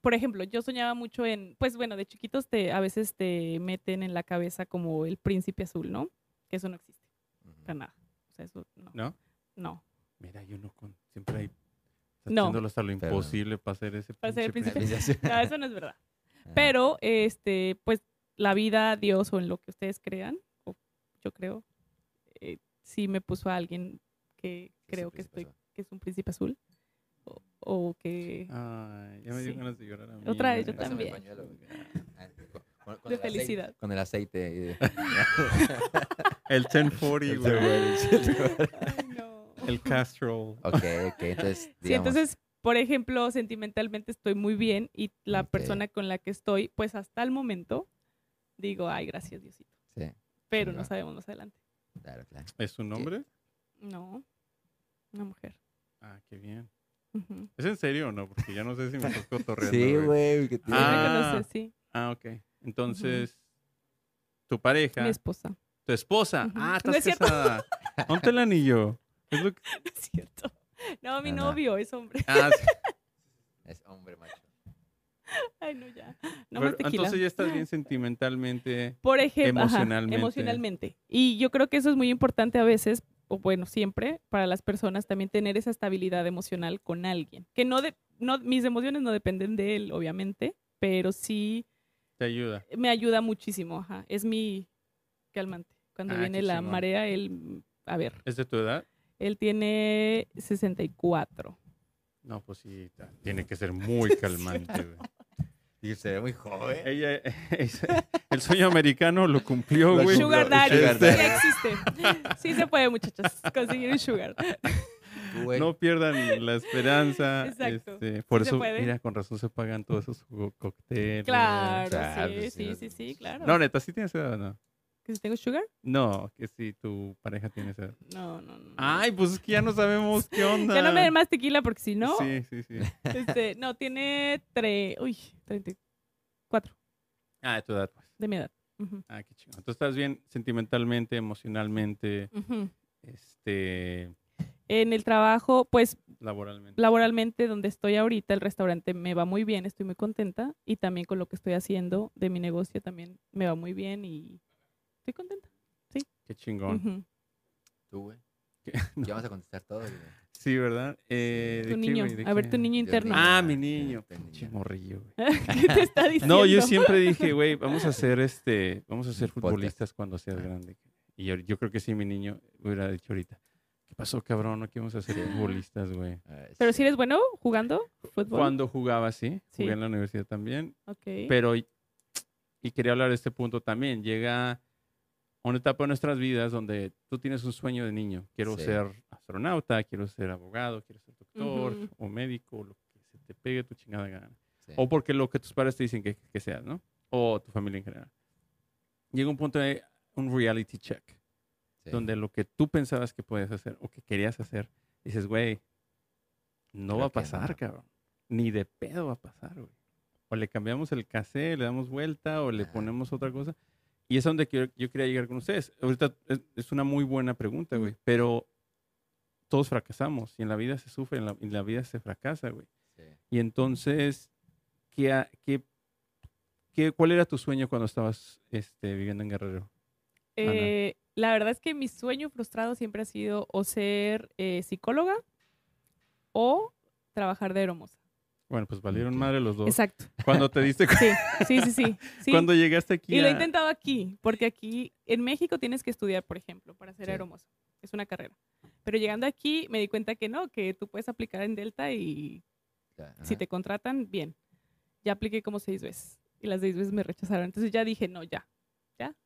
Por ejemplo, yo soñaba mucho en, pues bueno, de chiquitos te a veces te meten en la cabeza como el príncipe azul, ¿no? Que eso no existe Ujú. para nada. O sea, eso no. ¿No? No. Mira, yo no con. Siempre hay. estás No. Haciéndolo hasta lo Pero- imposible para ser ese Para ser el pinche príncipe. príncipe. No, eso no es verdad. Ajá. Pero este, pues la vida, Dios o en lo que ustedes crean, o yo creo, eh, sí me puso a alguien que Sí, sí, creo que príncipe estoy azul. que es un príncipe azul o, o Ah, que Ay, ya me dio Sí. ganas de llorar a mí. Otra vez, yo güey. Pásame el también. pañuelo, güey. Ah, con- con- con de el aceite- felicidad. Con el aceite. y de- El 1040, güey. Ay, no. El Castrol. ok, ok. Entonces, Sí, digamos, entonces, por ejemplo, sentimentalmente estoy muy bien y la Ok. persona con la que estoy, pues hasta el momento, digo, ay, gracias Diosito. Sí, Pero va. no sabemos más adelante. claro, claro. ¿Es su nombre? No, una mujer. Ah, qué bien. Ujú. ¿Es en serio o no? Porque ya no sé si me estás cotorreando. Sí, güey. güey. que Sí, tiene- me Ah. conoce, sí, Ah, ok. Entonces, tu pareja, mi esposa. tu esposa. Ujú. Ah, No estás es cierto. casada. Ponte el anillo. Es lo que- No es cierto. No, mi Ah, no. novio es hombre. Ah, sí. Es hombre macho. Ay, no, ya. No Pero más tequila. entonces ya estás bien sentimentalmente. Por ejemplo, ajá, Emocionalmente. emocionalmente. Y yo creo que eso es muy importante a veces, o bueno, siempre, para las personas también tener esa estabilidad emocional con alguien. Que no de, no, mis emociones no dependen de él, obviamente, pero sí Te ayuda. me ayuda muchísimo. Ajá. Es mi calmante. Cuando Ah, viene qué la chingón. marea, él a ver. ¿Es de tu edad? Él tiene 64. No, pues sí, ta- tiene que ser muy calmante. güey. Y se ve muy joven. Ella, ella- el sueño americano lo cumplió, Lo güey. cumplió. Sugar no, Daddy, sugar daddy. sí existe. Sí se puede, muchachos, conseguir un sugar. Güey, No pierdan la esperanza. Exacto. este, por Sí se eso, puede. mira, con razón se pagan todos esos jugo- cócteles. Claro, claro, sí, pues, sí, sí, no- sí, sí, claro. No, neta, ¿sí tienes edad o no? ¿Que si tengo sugar? No, que si tu pareja tiene edad. No, no, no. Ay, pues es que ya no sabemos qué onda. Ya no me den más tequila porque si no, Sí, sí, sí. este, no, tiene tre... Uy, 34 Ah, de tu edad, pues. de mi edad. Ujú, Ah, qué chingón. Tú estás bien sentimentalmente, emocionalmente, ujú. este, En el trabajo, pues laboralmente. laboralmente donde estoy ahorita, el restaurante me va muy bien, estoy muy contenta y también con lo que estoy haciendo de mi negocio también me va muy bien y estoy contenta. Qué chingón. Ujú. tú, güey. ¿Qué? Ya vas a contestar todo, güey. Sí, ¿verdad? Eh, Tu ¿de qué, niño, güey? ¿De a ver qué? tu niño Dios interno. mío. Ah, mi Ah, niño. este niño. Pinche morrillo, güey. ¿Qué te está diciendo? No, yo siempre dije, güey, vamos a ser este, vamos a ser futbolistas cuando seas grande. Y yo, yo creo que sí, mi niño hubiera dicho ahorita, ¿qué pasó, cabrón? No vamos a ser futbolistas, güey. Ay, Pero sí. si eres bueno jugando fútbol. Cuando jugaba, sí, Sí. jugué en la universidad también, Ok. pero y quería hablar de este punto también. Llega una etapa de nuestras vidas donde tú tienes un sueño de niño. Quiero Sí. ser astronauta, quiero ser abogado, quiero ser doctor Ujú. o médico, o lo que se te pegue tu chingada gana. Sí. O porque lo que tus padres te dicen que, que seas, ¿no? O tu familia en general. Llega un punto de un reality check, Sí. donde lo que tú pensabas que podías hacer o que querías hacer, dices, güey, no Creo va a que pasar, no". cabrón. Ni de pedo va a pasar, güey. O le cambiamos el casé, le damos vuelta o le Ajá. ponemos otra cosa. Y es a donde quiero- yo quería llegar con ustedes. Ahorita es, es una muy buena pregunta, güey, pero todos fracasamos y en la vida se sufre, en la- en la vida se fracasa, güey. Sí. Y entonces, ¿qué, ha- qué, qué, ¿cuál era tu sueño cuando estabas este, viviendo en Guerrero? Ana. Eh, la verdad es que mi sueño frustrado siempre ha sido o ser eh, psicóloga o trabajar de hermosa. Bueno, pues valieron Ok. madre los dos. Exacto. Cuando te diste cu- Sí, sí, sí, sí. sí. cuando llegaste aquí. Y lo a- he intentado aquí, porque aquí en México tienes que estudiar, por ejemplo, para ser Sí. aeromoza. Es una carrera. Pero llegando aquí me di cuenta que no, que tú puedes aplicar en Delta y Ya, si ajá. te contratan, bien. Ya apliqué como seis veces y las seis veces me rechazaron. Entonces ya dije, no, ya. Ya.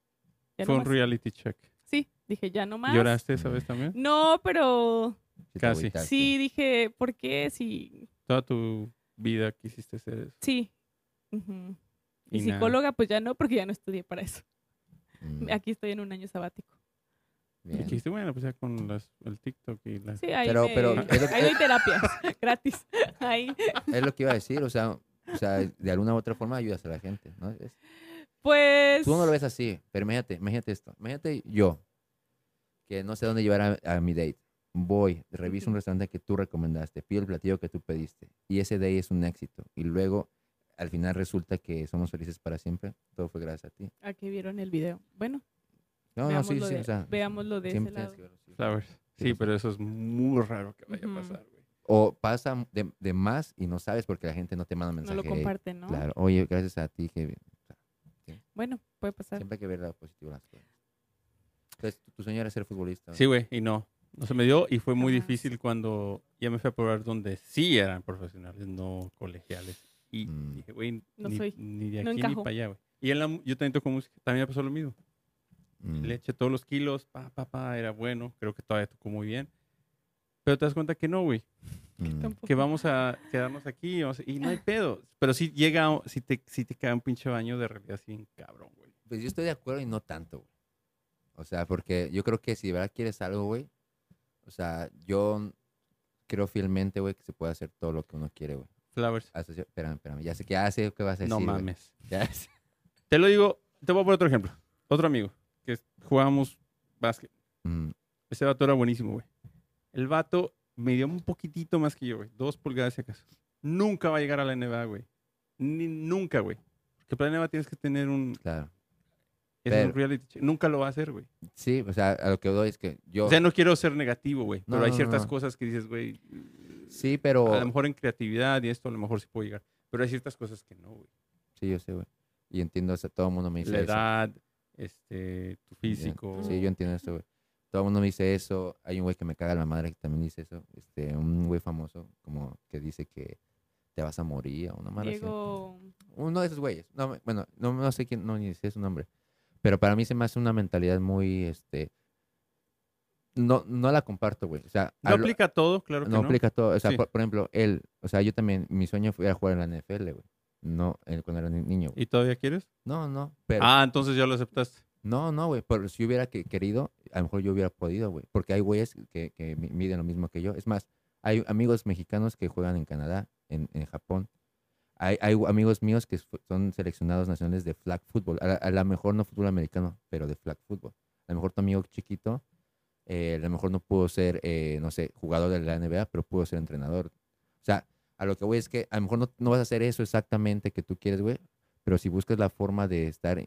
ya no fue un más. reality check. Sí, dije, ya no más. Mm. ¿Lloraste esa vez también? No, pero Sí te Casi. agüitaste. sí dije, ¿por qué? Sí, Toda tu vida quisiste ser eso. sí. Ujú. Y, Y nada. psicóloga, pues ya no, porque ya no estudié para eso. Mm, Aquí estoy en un año sabático. Y bien. dijiste, bueno, pues ya con las, el TikTok y las... Sí, ahí, Pero- me- pero- ahí pero- doy terapias gratis. Ahí. Es lo que iba a decir, o sea, o sea, de alguna u otra forma ayudas a la gente, ¿no? Es- Pues. Tú no lo ves así, pero imagínate, imagínate esto. Imagínate yo, que no sé dónde llevar a, a mi date. Voy, reviso un Ujú. restaurante que tú recomendaste, pido el platillo que tú pediste, y ese date es un éxito. Y luego, al final resulta que somos felices para siempre. Todo fue gracias a ti. ¿A qué vieron el video? Bueno, No, no, veamos, sí, lo sí, de, o sea. veamos lo de ese siempre tienes lado. que verlo, sí. Flowers. Sí, Sí, sí. pero eso es muy raro que vaya a Ujú. pasar, güey. O pasa de, de más y no sabes porque la gente no te manda No mensaje. lo comparten, ¿no? Claro, oye, gracias a ti que Bueno, puede pasar. siempre hay que ver lo positivo de las cosas. Entonces, tu- tu sueño era ser futbolista. Sí, güey, y no. No se me dio y fue muy Jamás. difícil cuando ya me fui a probar donde sí eran profesionales, no colegiales. Y Mm. dije, güey, No ni, soy. ni de No aquí ni encajo. para allá, güey. Y en la mu- yo también toco música, también me pasó lo mismo. Mm. Le eché todos los kilos, pa, pa, pa, era bueno, creo que todavía tocó muy bien. Pero te das cuenta que no, güey, Mm. Tampoco. que vamos a quedarnos aquí vamos a- y no hay pedo. Pero si llega, o- si te, si te cae un pinche baño de realidad así, bien cabrón, güey. Pues yo estoy de acuerdo y no tanto, güey. O sea, porque yo creo que si de verdad quieres algo, güey, o sea, yo creo fielmente, güey, que se puede hacer todo lo que uno quiere, güey. Flowers, Hasta cier- Espérame, espérame, ya sé que hace, ¿qué vas a decir? no güey. mames. Ya sé. Te lo digo, te voy a poner otro ejemplo. Otro amigo que es- jugábamos básquet. Mm, Ese vato era buenísimo, güey. El vato dio un poquitito más que yo, güey. Dos pulgadas si acaso. Nunca va a llegar a la NBA, güey. Ni nunca, güey. Porque para la NBA tienes que tener un, claro. ese es un Pero- reality check. Nunca lo va a hacer, güey. Sí, o sea, a lo que doy es que yo. O sea, no quiero ser negativo, güey. No, pero hay no, ciertas no. cosas que dices, güey, sí, pero. a lo mejor en creatividad y esto a lo mejor sí puedo llegar. Pero hay ciertas cosas que no, güey. Sí, yo sé, güey. Y entiendo, o sea, todo el mundo me dice La eso. edad, este, tu físico. Sí, yo entiendo eso, güey. todo el mundo me dice eso. Hay un güey que me caga la madre que también dice eso. Este, un güey famoso como que dice que te vas a morir o una madre así. Diego, Uno de esos güeyes. No, me- bueno, no, no sé quién, no ni sé su nombre. Pero para mí se me hace una mentalidad muy, este, no, no la comparto, güey. O sea, No hablo- aplica todo, claro que no no. aplica todo. O sea, Sí. por, por ejemplo, él, o sea, yo también, mi sueño fue ir a jugar en la NFL, güey. No, él cuando era ni- niño, güey. ¿Y todavía quieres? No, no, pero. Ah, entonces ya lo aceptaste. No, no, güey. Pero si hubiera que- querido, a lo mejor yo hubiera podido, güey. Porque hay güeyes que, que mi- miden lo mismo que yo. Es más, hay amigos mexicanos que juegan en Canadá, en, en Japón. Hay, hay amigos míos que fu- son seleccionados nacionales de flag football. A, la- a lo mejor no fútbol americano, pero de flag football. A lo mejor tu amigo chiquito, eh, a lo mejor no pudo ser, eh, no sé, jugador de la NBA, pero pudo ser entrenador. O sea, a lo que voy es que a lo mejor no, no vas a hacer eso exactamente que tú quieres, güey. Pero si buscas la forma de estar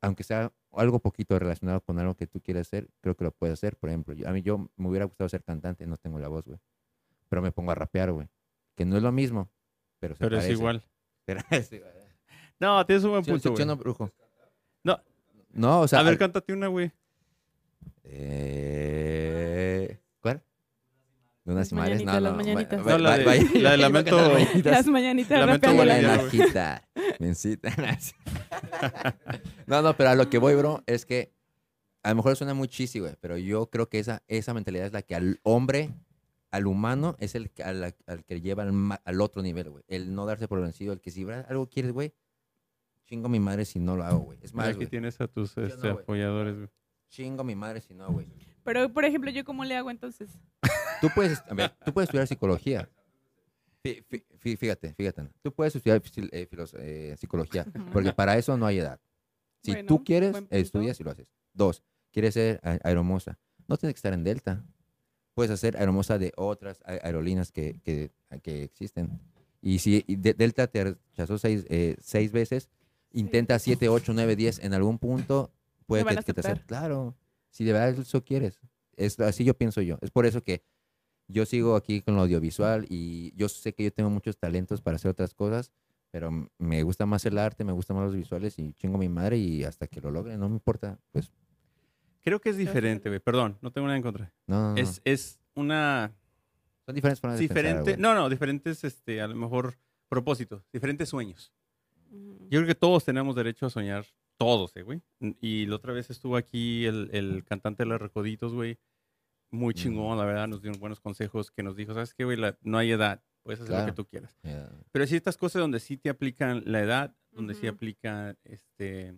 aunque sea algo poquito relacionado con algo que tú quieres hacer, creo que lo puedes hacer. Por ejemplo, yo- a mí yo me hubiera gustado ser cantante, no tengo la voz, güey. Pero me pongo a rapear, güey. Que no es lo mismo, pero se Pero parece. es igual. Pero es igual. No, tienes un buen Sí, sí, punto, sí, güey. no, brujo. No. No, o sea. a ver, al- cántate una, güey. eh, ¿Cuál? De unas Las imágenes, no, no. mañanitas, las va- mañanitas. va- No, la va- de- va- la de Lamento- Las mañanitas. las mañanitas Lamento rapeando Hola, la boliviano. vida. enajita. Mencita. No, no, pero a lo que voy, bro, es que a lo mejor suena muy cheesy, güey, pero yo creo que esa, esa mentalidad es la que al hombre, al humano, es el que- al, al que lleva al, ma- al otro nivel, güey. El no darse por vencido, el que si bra- algo quieres, güey, chingo mi madre si no lo hago, güey. Es Mira, más, aquí güey, tienes a tus o este, no, güey? apoyadores, güey. chingo mi madre si no, güey. Pero, por ejemplo, ¿yo cómo le hago entonces? Tú puedes, est- a ver, tú puedes estudiar psicología. Fí- fí- fí- Fíjate, fíjate. Ana. Tú puedes estudiar fisi- eh, filos- eh, psicología, Ujú. porque para eso no hay edad. Si tú Bueno, quieres, buen punto. estudias y lo haces. Dos, quieres ser a- aeromoza. No tienes que estar en Delta. Puedes hacer aeromoza de otras a- aerolíneas que, que, que existen. Y si y de- Delta te rechazó seis, eh, seis veces, intenta siete, ocho, nueve, diez. En algún punto puede van que, a que te aceptar. acepten. Claro, si de verdad eso quieres. Es, así yo pienso yo. Es por eso que yo sigo aquí con lo audiovisual y yo sé que yo tengo muchos talentos para hacer otras cosas, pero m- me gusta más el arte, me gustan más los visuales y chingo a mi madre y hasta que lo logre, no me importa. Pues Creo que es diferente, güey. Perdón, no tengo nada en contra. no, no, no. Es, es una son diferentes formas de diferente, pensar, no, güey. no, diferentes, este, a lo mejor propósitos, diferentes sueños. Ujú. Yo creo que todos tenemos derecho a soñar, todos, eh, güey. Y la otra vez estuvo aquí el, el cantante de los Recoditos, güey. Muy Mm. chingón, la verdad, nos dio buenos consejos que nos dijo, ¿sabes qué, güey? La- No hay edad, puedes hacer lo Claro. que tú quieras. Ya. Pero hay ciertas cosas donde sí te aplican la edad, donde sí Ujú. aplica este,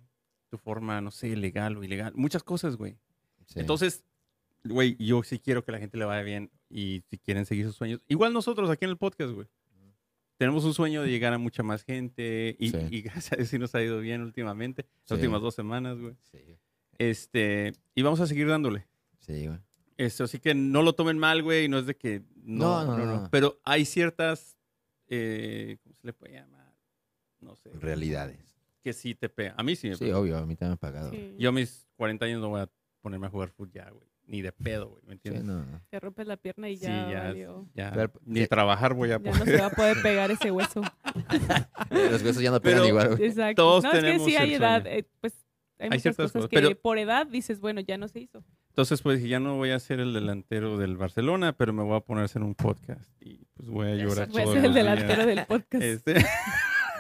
tu forma, no sé, legal o ilegal. Muchas cosas, güey. Sí. Entonces, güey, yo sí quiero que la gente le vaya bien y si quieren seguir sus sueños. Igual nosotros aquí en el podcast, güey. Tenemos un sueño de llegar a mucha más gente y, y Sí. gracias a Dios sí nos ha ido bien últimamente, las Sí. últimas dos semanas, güey. Sí, Este, y vamos a seguir dándole. sí, güey. Esto, así que no lo tomen mal, güey, no es de que no, no, No, no, no, no. Pero hay ciertas, eh, ¿cómo se le puede llamar? No sé, Realidades. que sí te pega. A mí sí me Sí, pega. obvio, a mí también me han pagado. güey. Sí, Yo a mis 40 años no voy a ponerme a jugar fútbol ya, güey. Ni de pedo, güey, ¿me Sí, entiendes? no, no. Te rompes la pierna y Sí, ya, ya, valió. Ya, Pero, ni eh, trabajar voy a Ya poder. no se va a poder pegar ese hueso. Los huesos ya no pegan Pero- igual, güey. Exacto. Todos no, tenemos es que sí hay el edad. sueño. eh, pues hay, Hay muchas ciertas cosas, cosas, que pero- por edad dices, bueno, ya no se hizo. Entonces, pues dije, ya no voy a ser el delantero del Barcelona, pero me voy a poner a hacer un podcast y pues voy a llorar Voy a todo ser el día. delantero del podcast. Este-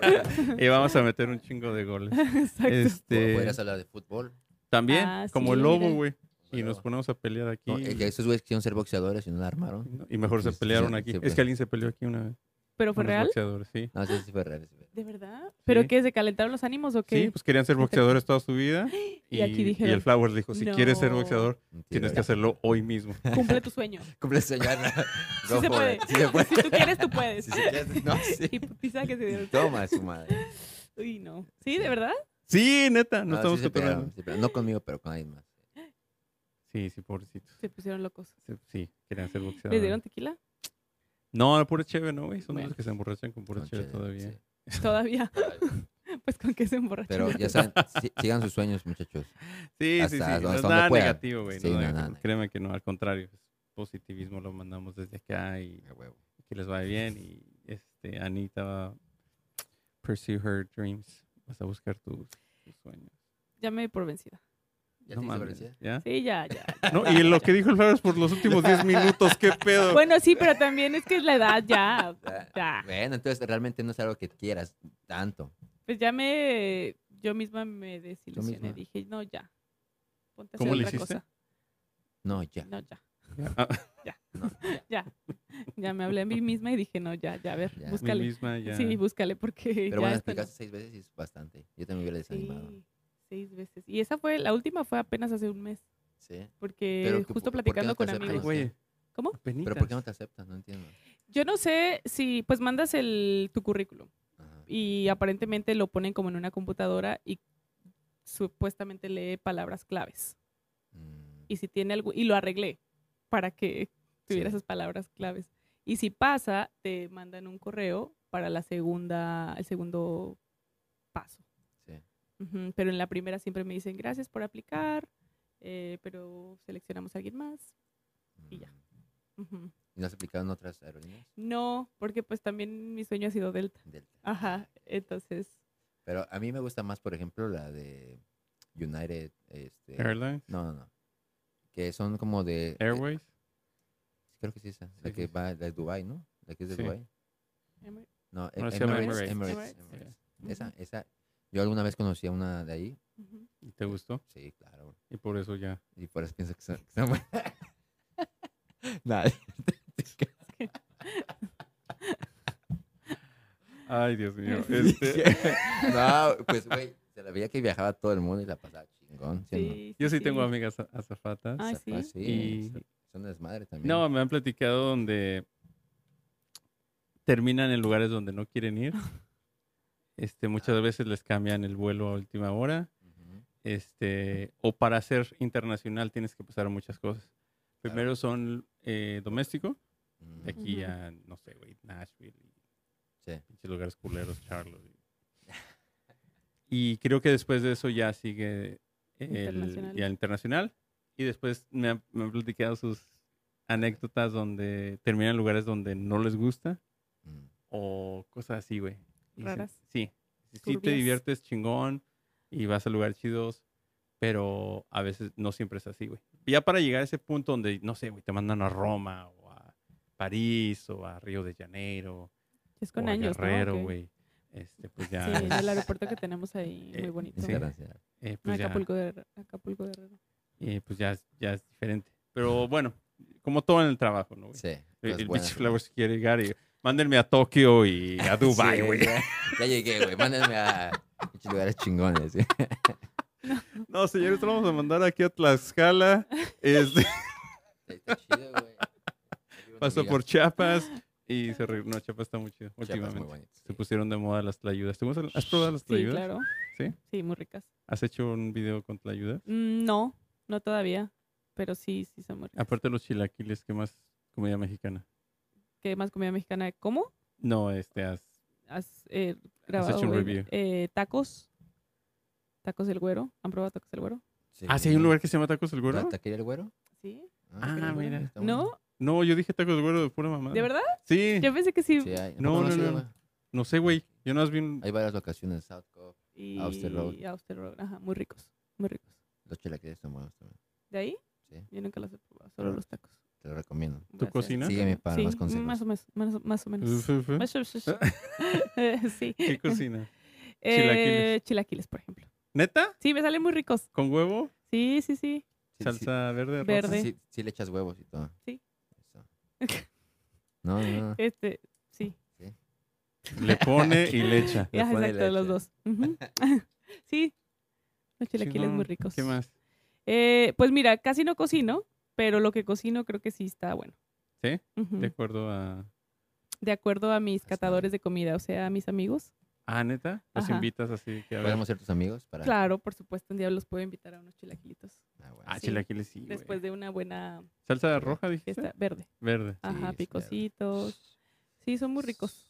eh, y vamos a meter un chingo de goles. Exacto. Este, Podrías hablar de fútbol. también, Ah, sí, como el lobo, mira. güey. Y Pero- nos ponemos a pelear aquí. No, eh, que esos güeyes quisieron ser boxeadores y no la armaron. y mejor se Sí, pelearon sí, aquí. sí, es pues. que alguien se peleó aquí una vez. ¿Pero fue unos real? boxeadores, sí. No, sí, sí fue real. sí fue real. ¿De verdad? ¿Pero qué? ¿Se calentaron los ánimos o qué? Sí, pues querían ser boxeadores toda su vida. Y, Y aquí y el dijeron, Flowers dijo, si quieres ser "No". boxeador, Mentira, tienes que hacerlo hoy mismo. Cumple tu sueño. Cumple señora. Sí se puede. Sí se puede. Si tú quieres, tú puedes. Si se quiere- no, sí. Y pisa que se dieron. Toma su madre. Uy, no. ¿Sí, de verdad? Sí, neta, no, No, estamos Ah, sí se cotorreando. pegaron, sí, pero No conmigo, pero con alguien más. Sí, sí, pobrecitos. Se pusieron locos. Sí, Sí, querían ser boxeadores. ¿Les dieron tequila? No, la pura cheve, ¿no, güey? Son de Bueno. los que se emborrachan con pura Con cheve Che, todavía. sí. Todavía. Pues con qué se emborrachan. Pero ya saben, si- sigan sus sueños, muchachos. Sí, sí, sí. No Hasta donde- es donde nada puedan. negativo, güey. Sí, no, no, nada nada negativo. Créeme que no, al contrario. es positivismo lo mandamos desde acá y que les vaya bien. Y este, Anita va a pursue her dreams. Vas a buscar tus, tus sueños. Ya me di por vencida. ¿Ya No te hice mames, publicidad? ¿ya? Sí, ya, ya. No, y lo que dijo el Flowers por los últimos 10 minutos, qué pedo. Bueno, sí, pero también es que es la edad ya. ya. Ah, Bueno, entonces realmente no es algo que quieras tanto. Pues ya me. Yo misma me desilusioné. misma. Dije, no, ya. Ponte a ¿Cómo hacer le otra hiciste? cosa. No, ya. No, ya. Ah, Ya. Ya me hablé a mí misma y dije, no, ya, ya, a ver, Ya. Mí mi búscale. misma ya. Sí, búscale porque. Pero ya bueno, esto no. explicaste seis veces y es bastante. Yo también hubiera desanimado. Sí, seis veces. Y esa fue, la última fue apenas hace un mes. Sí. Porque Pero que justo por- ¿por qué platicando no te con aceptas? Ay, amigos. güey. ¿Cómo? Pero ¿por qué no te aceptas? No entiendo. Yo no sé si, pues mandas el, tu currículum Ajá. y aparentemente lo ponen como en una computadora y supuestamente lee palabras claves. Mm, Y si tiene algo, y lo arreglé para que tuviera Sí. esas palabras claves. Y si pasa, te mandan un correo para la segunda, el segundo paso. sí. Ujú, Pero en la primera siempre me dicen gracias por aplicar, eh, pero seleccionamos a alguien más. Y ya. Mm. Ujú. ¿Y no has aplicado en otras aerolíneas? No, porque pues también mi sueño ha sido Delta. Delta. Ajá, entonces Pero a mí me gusta más, por ejemplo, la de United. Este, Airlines, no, no, no. Que son como de. eh, Airways. creo que sí, esa. Sí, la que sí, sí. va de Dubai, ¿no? La que es de Sí. Dubai. Emir- No, em- No, se llama Emirates. Emirates. Emirates. Emirates. Emirates. Esa, esa. Yo alguna vez conocí a una de ahí. ujú. ¿Y ¿Te gustó? Sí, claro. Y por eso ya. Y por eso pienso que son, que son buenas. Nah. Ay, Dios mío. Sí. Este, no, pues, güey, se la veía que viajaba todo el mundo y la pasaba chingón. ¿sí o no? Sí, yo sí tengo amigos. amigas a- azafatas. Ah, Esa- ah, ¿sí? Y- esa- Son desmadre también. No, me han platicado donde terminan en lugares donde no quieren ir. Este, muchas veces les cambian el vuelo a última hora. Ujú. Este, o para ser internacional tienes que pasar muchas cosas. Claro. Primero son eh, doméstico, Mm, de aquí Ujú. a, no sé, güey, Nashville, sí. pinches lugares culeros, Charlotte. Y creo que después de eso ya sigue el internacional. Internacional. Ya el internacional. Y después me han, me han platicado sus anécdotas donde terminan en lugares donde no les gusta Mm. o cosas así, güey. Y dicen, Raras. Sí. Sí te Turbias. diviertes chingón y vas a lugares chidos, pero a veces no siempre es así, güey. Ya para llegar a ese punto donde, no sé, güey, te mandan a Roma o a París o a Río de Janeiro Es con o a años, ¿no? Guerrero, Ok. güey. Este, pues ya, Sí, en es- el aeropuerto que tenemos ahí, Eh, muy bonito. Es Sí. internacional. eh, No, pues ya, Acapulco Guerrero. Acapulco Guerrero. eh, pues ya, es- ya es diferente. Pero bueno, como todo en el trabajo, ¿no, güey? Sí, pues El, cosas el buenas, Beach güey. Flowers quiere llegar y mándenme a Tokio y a Dubai, Sí, güey. ya, ya llegué, güey. Mándenme a pinches lugares chingones. ¿sí? No, señores, te lo vamos a mandar aquí a Tlaxcala. Este, Está chido, güey. Ahí vive una pasó amiga. por Chiapas y se re... No, Chiapas está muy chido Chiapas, muy últimamente. bonito, Se sí. pusieron de moda las tlayudas. ¿Te gustan- ¿Has probado las Sí, tlayudas? claro. ¿Sí? Sí, muy ricas. ¿Has hecho un video con tlayuda? Mm, No, no todavía. Pero sí, sí son muy ricas. Aparte de los chilaquiles, ¿qué más comida mexicana? ¿Qué más comida mexicana? ¿Cómo? No, este, has... Has eh, grabado hecho un güey, review. eh, tacos. Tacos del güero. ¿Han probado tacos del güero? Ah, sí, hay un lugar que se llama Tacos del Güero. ¿La taquería del güero? Sí. Ah, mira. está bueno. ¿No? No, yo dije Tacos del Güero de pura mamá. ¿De verdad? Sí. Yo pensé que sí. Sí, hay. No, ¿Tampoco no, has ido, no. güey? No sé, güey. Yo no has vi un... Hay varias locaciones. South Cove, Y Auster Road. y Auster Road, Ajá, muy ricos. Muy ricos. los chilaquiles están buenos también. ¿De ahí? Sí. Yo nunca los he probado, solo los tacos. Te lo recomiendo. Voy a hacer- cocinas? Sígueme para Sí, más consejos. Más o menos. Más, más o menos. Uf, uf, uf. Más o menos. Pues sí. ¿Qué cocina? Eh, chilaquiles, por ejemplo. ¿Neta? Sí, me salen muy ricos. ¿Con huevo? Sí, sí, sí. Sí, ¿Salsa verde? roja? sí, Verde. sí, sí, sí le echas huevos y todo. Sí. Eso. No, no, no. Este, sí. Le pone y le echa. Le Ajá, pone exacto, los leche. dos. Ujú. sí. Los chilaquiles Chingón. muy ricos. ¿Qué más? Eh, pues mira, casi no cocino, pero lo que cocino creo que sí está bueno. ¿Sí? Ujú. De acuerdo a... De acuerdo a mis Está bien. catadores de comida, o sea, a mis amigos. Ah, neta, los Ajá. invitas así que a ver. ¿Podemos ser tus amigos? Para... Claro, por supuesto, un día los puedo invitar a unos chilaquilitos. Ah, bueno. Ah, Sí. chilaquiles sí. güey. Después de una buena Salsa roja, dijiste. fiesta verde. Verde. Ajá, sí, claro. picositos. Sí, son muy ricos.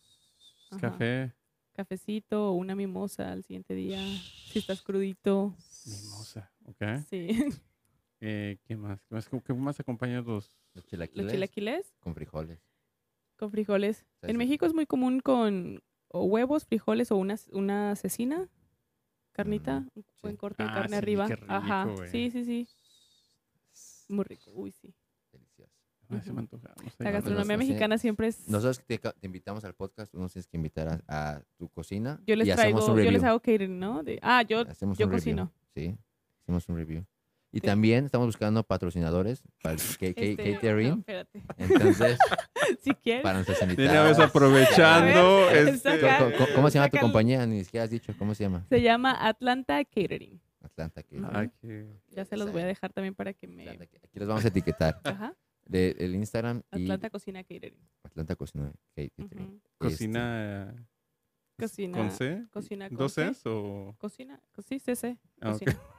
Ah. Ajá. Café. Cafecito o una mimosa al siguiente día, si estás crudito. Mimosa. Ok. Sí. Eh, ¿Qué más? ¿Qué más, ¿Cómo- qué más acompañan los Los chilaquiles, Los chilaquiles con frijoles. con frijoles. Sí, En sí. México es muy común con o huevos, frijoles o una, una cecina, Mm, carnita, un buen corte de Ah, carne sí, arriba. qué rico, Ajá. güey. Sí, sí, sí. Muy rico. Uy, sí. Delicioso. Ay, se Ujú. me antoja, vamos a La ir. gastro- gastronomía pues nos hace- mexicana siempre es. Nosotros te, ca- te invitamos al podcast, tú nos tienes que invitar a, a tu cocina. Yo les y traigo, hacemos un yo les review. hago catering, ¿no? De- ah, yo, Hacemos yo un review, cocino. Sí, hacemos un review. Y también estamos buscando patrocinadores para el ca- ca- este, no, Este. catering. espérate. Entonces, Si quieres. para nuestras De una vez invitadas. aprovechando. A ver, este, Co- co- co- ¿Cómo se llama tu Sácalo. compañía? Ni siquiera has dicho. ¿Cómo se llama? Se llama Atlanta Catering. Atlanta. que- Ajá. Ay, qué- este. Ya se los voy a dejar también para que me. Atlanta, que- Aquí los vamos a etiquetar. Ajá. De, el Instagram y Atlanta Cocina Catering. Atlanta Cocina. Catering. Ujú. Este, Cocina. Cocina. ¿Con C? Cocina con ¿Dos C. Cs o.? Cocina. co- Sí, sí, sí. Ah, ok. Cocina.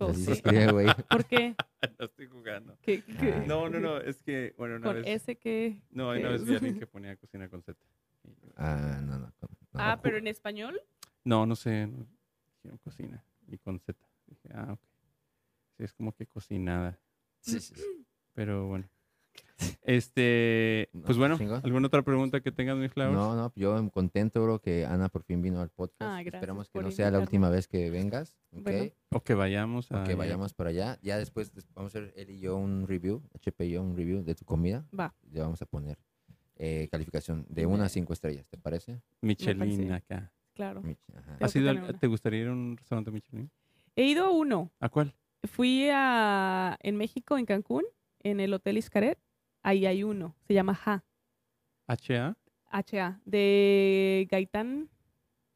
así se Coci- escribe, güey. ¿Por qué? La estoy jugando. ¿Qué- qué- Ah. No, no, no, es que, bueno, una Con vez. ese que. No, una que vez es. vi a alguien que ponía cocina con Z. Ah, no, no. no, Ah, ju- pero en español. No, no sé. No, dijeron cocina y con Z. Dije, ah, ok. Sí, es como que cocinada. Sí, sí, sí. Pero bueno. Este, No, pues bueno, chingón. ¿alguna otra pregunta que tengas, mis flowers? No, no, yo contento, bro, que Ana por fin vino al podcast. Ah, gracias Esperamos que por no sea la invitarme. última vez que vengas, ¿ok? Bueno. O que vayamos a. O que vayamos para allá. Ya después des- vamos a hacer él y yo un review, HP y yo un review de tu comida. Va. Le vamos a poner eh, calificación de Me- 1 a 5 estrellas, ¿te parece? Michelin parece. acá. Claro. Mich? Ajá. Tengo ¿Has que ido tener al- una. ¿Te gustaría ir a un restaurante Michelin? He ido a uno. ¿A cuál? Fui a. En México, en Cancún, en el Hotel Iscaret. Ahí hay uno. Se llama Ja. ¿HA? HA. De Gaitán,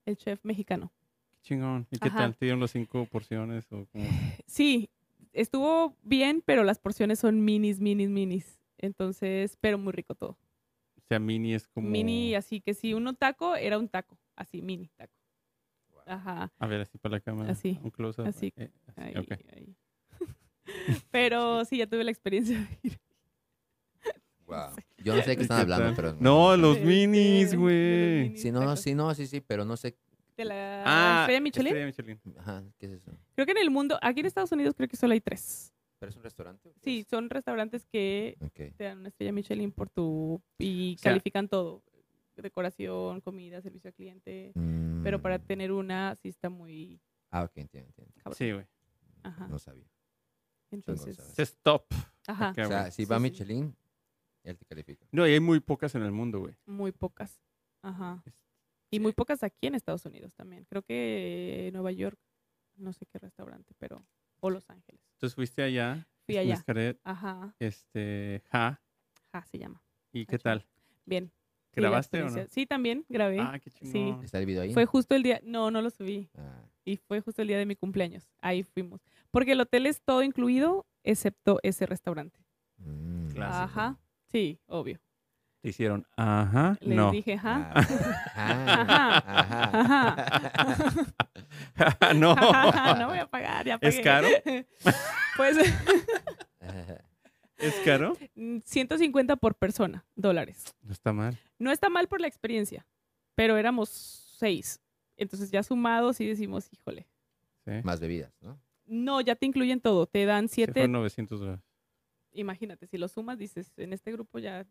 el chef mexicano. Qué chingón. ¿Y qué Ajá. tal? ¿Te dieron las cinco porciones? O como- Sí, estuvo bien, pero las porciones son minis, minis, minis. Entonces, pero muy rico todo. O sea, mini es como. Mini, así que si uno taco, era un taco. Así, mini taco. Ajá, A ver, así para la cámara. Así, Un close-up. así, eh, ahí, así, ok. ahí. pero sí, ya tuve la experiencia de ir. Wow. Yo no sé de qué ¿Y están qué hablando, tal? pero... No, los De- minis, de- de los güey. minis Sí, no, no, tacos. sí, no, sí, sí, pero no sé... De la Ah, estrella Michelin. Estrella Michelin. Ajá, ¿qué es eso? Creo que en el mundo, aquí en Estados Unidos creo que solo hay tres. ¿Pero es un restaurante? o qué Sí, son restaurantes que es? Ok. te dan una estrella Michelin por tu y O sea- califican todo, decoración, comida, servicio al cliente, pero para Mm, tener una sí está muy Ah, ok, entiendo, entiendo. cabrón. Sí, güey. Ajá. No sabía. Entonces, sabes. Se stop. ajá, acá, O sea, güey. si va Sí, sí. Michelin, él te califica. No, y hay muy pocas en el mundo, güey. muy pocas. Ajá. Es- Y muy pocas aquí en Estados Unidos también. Creo que Nueva York, no sé qué restaurante, pero o Los Ángeles. Entonces fuiste allá. Fui allá. Mascaret, Ajá, este, ja. ajá, se llama. ¿Y qué Ajá. tal? Bien. sí, la ¿Grabaste o no? experiencia- Sí, también grabé. Ah, qué chingón. ¿Está el video ahí? Fue justo el día, no, no lo subí. Ah, y fue justo el día de mi cumpleaños. Ahí fuimos. Porque el hotel es todo incluido, excepto ese restaurante. mm, Claro. Ah, sí, Ajá. Sí, obvio. Te hicieron, ajá, Les no. Ah. dije, ajá. Ah, ajá, ajá. Ajá. Ajá, no. Ajá, no voy a pagar, ya ¿Es pagué. caro? Pues ¿Es caro? mm, 150 por persona, dólares. No está mal. No está mal por la experiencia, pero éramos seis. Entonces ya sumados y decimos, híjole. Sí. Más bebidas, ¿no? No, ya te incluyen todo. Te dan Sí, siete. fueron 900 dólares. Imagínate, si lo sumas, dices, en este grupo ya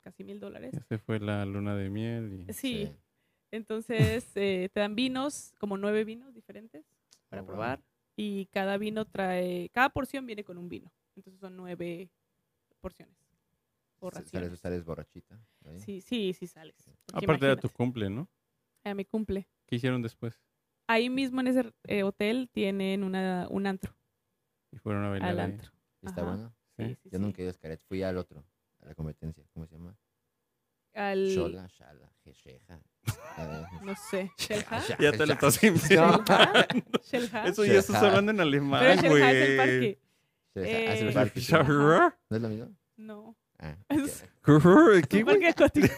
casi mil dólares. Ya se fue la luna de miel. Y... Sí, Entonces eh, te dan vinos, como nueve vinos diferentes para Ah, Oh, wow. probar. Y cada vino trae, cada porción viene con un vino. Entonces son nueve porciones. O Sa- raciones. Sales, sales borrachita. ¿eh? ¿no? Sí, sí, sí sales. porque Aparte de tu imagínate, cumple, ¿no? a mi cumple. ¿Qué hicieron después? Ahí mismo en ese eh, hotel tienen una, un antro. Y fueron a bailar. Al ahí. antro. ¿Y ¿Está Ajá. bueno? Sí. Sí, sí, Yo sí. nunca he ido a Xcaret. Fui al otro, a la competencia. ¿Cómo se llama? Al, Shola, Shala, Eh, Jesheja. no sé, Shelha. Ya te lo estás inventando. Shelha. Shelha. Eso ya estás hablando en Pero alemán, Shelha es güey. el parque. Pues, Eh, ¿No es lo mismo? No. Ah, Es- ok. ¿Qué, güey? Un parque acuático.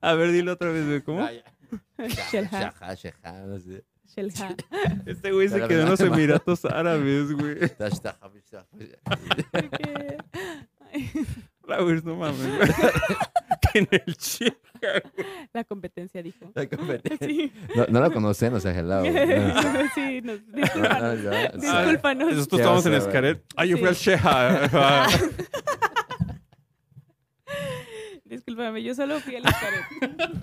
A ver, dilo otra vez, güey. ¿Cómo? Ah, ya. Shelha. Shaha, Sheha, no sé. Shelha. Este güey se Pero quedó en no los te va. Emiratos Árabes, güey. Tash, taja, bish, taja, bish. Porque- Ay. Flowers, no mames. güey. Que en el chip. La competencia dijo. La competencia. Sí. No, no lo conocen, o sea, hello. No. sí, nos- No, no, discúlpanos. yo- o sea, Discúlpanos. Nosotros Ya estamos en sabes. Escaret. Ah, yo fui Sí. al Sheha. Discúlpame, yo solo fui a la pared.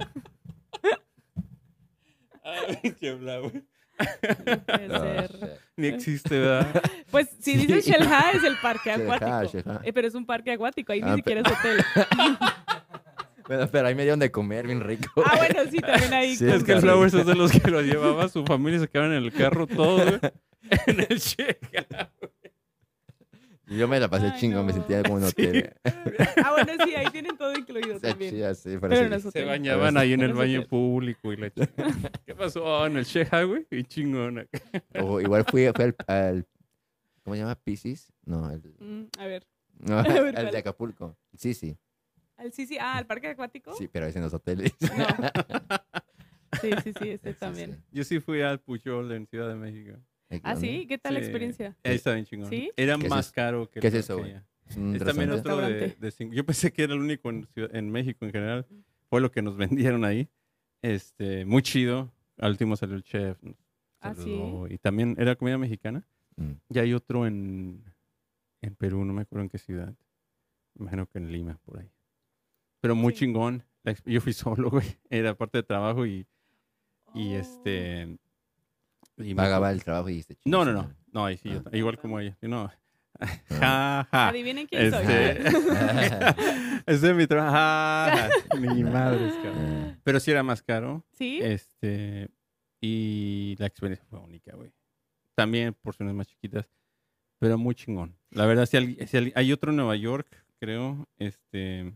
Ay, qué bla, güey. No puede No, ser. shit. Ni existe, ¿verdad? Pues si Sí. dices Shelha es el parque Shelha, acuático. Shelha. Eh, pero es un parque acuático, ahí Ah, ni siquiera es hotel. Bueno, pero ahí me dieron de comer bien rico. Ah, bueno, sí, también ahí. Sí, es que el Carlos. Flowers es de los que lo llevaba, su familia se quedaron en el carro todo, güey. En el check. Y yo me la pasé Ay, chingo, me no. sentía como en un Sí. hotel. Ah, bueno, sí, ahí tienen todo incluido Está también. chida, sí, Pero parece. no es Se hotel. bañaban ahí en el Eso baño sí. público y la chingada. ¿Qué pasó? Ah, en el Sheha, güey. Y chingona. O igual fui, fui al, al- ¿Cómo se llama? ¿Pisces? No, el, Mm, a ver. no, A ver, el ¿cuál? de Acapulco. Sí, sí. Al sí, sí. Ah, al parque acuático. Sí, pero es en los hoteles. No. Sí, sí, sí, este Sí, también. sí. Yo sí fui al Pujol en Ciudad de México. Aquí, Ah, ¿no? sí, ¿qué tal la Sí. experiencia? Ahí está bien chingón. ¿Sí? Era ¿Qué es más eso? caro que ¿Qué es lo eso, que güey? allá. Es un Es también restaurante. otro de, Restaurante. de cinco- Yo pensé que era el único en, Ciudad- en México en general. Fue lo que nos vendieron ahí. Este, muy chido. Al último salió el chef. nos Ah, sí. saludó, Y también era comida mexicana. Mm. Y hay otro en, en Perú, no me acuerdo en qué ciudad. Me Imagino que en Lima, por ahí. Pero muy Sí. chingón. La exp- Yo fui solo, güey. Era parte de trabajo y, y Oh. este. y me- Pagaba el trabajo y dijiste, "Chinga No, no, su no. madre". No, ahí sí, yo Ah. ta- igual como ella. Yo No. Ah, Ja, ja. Adivinen quién Este. soy. Ese es mi trabajo. Ja, ja. Ni madres, cabrón. ah. Pero sí era más caro. ¿Sí? Este. Y la experiencia fue única, güey. También porciones más chiquitas. Pero muy chingón. La verdad, si, alguien- si alguien- hay otro en Nueva York, creo. Este.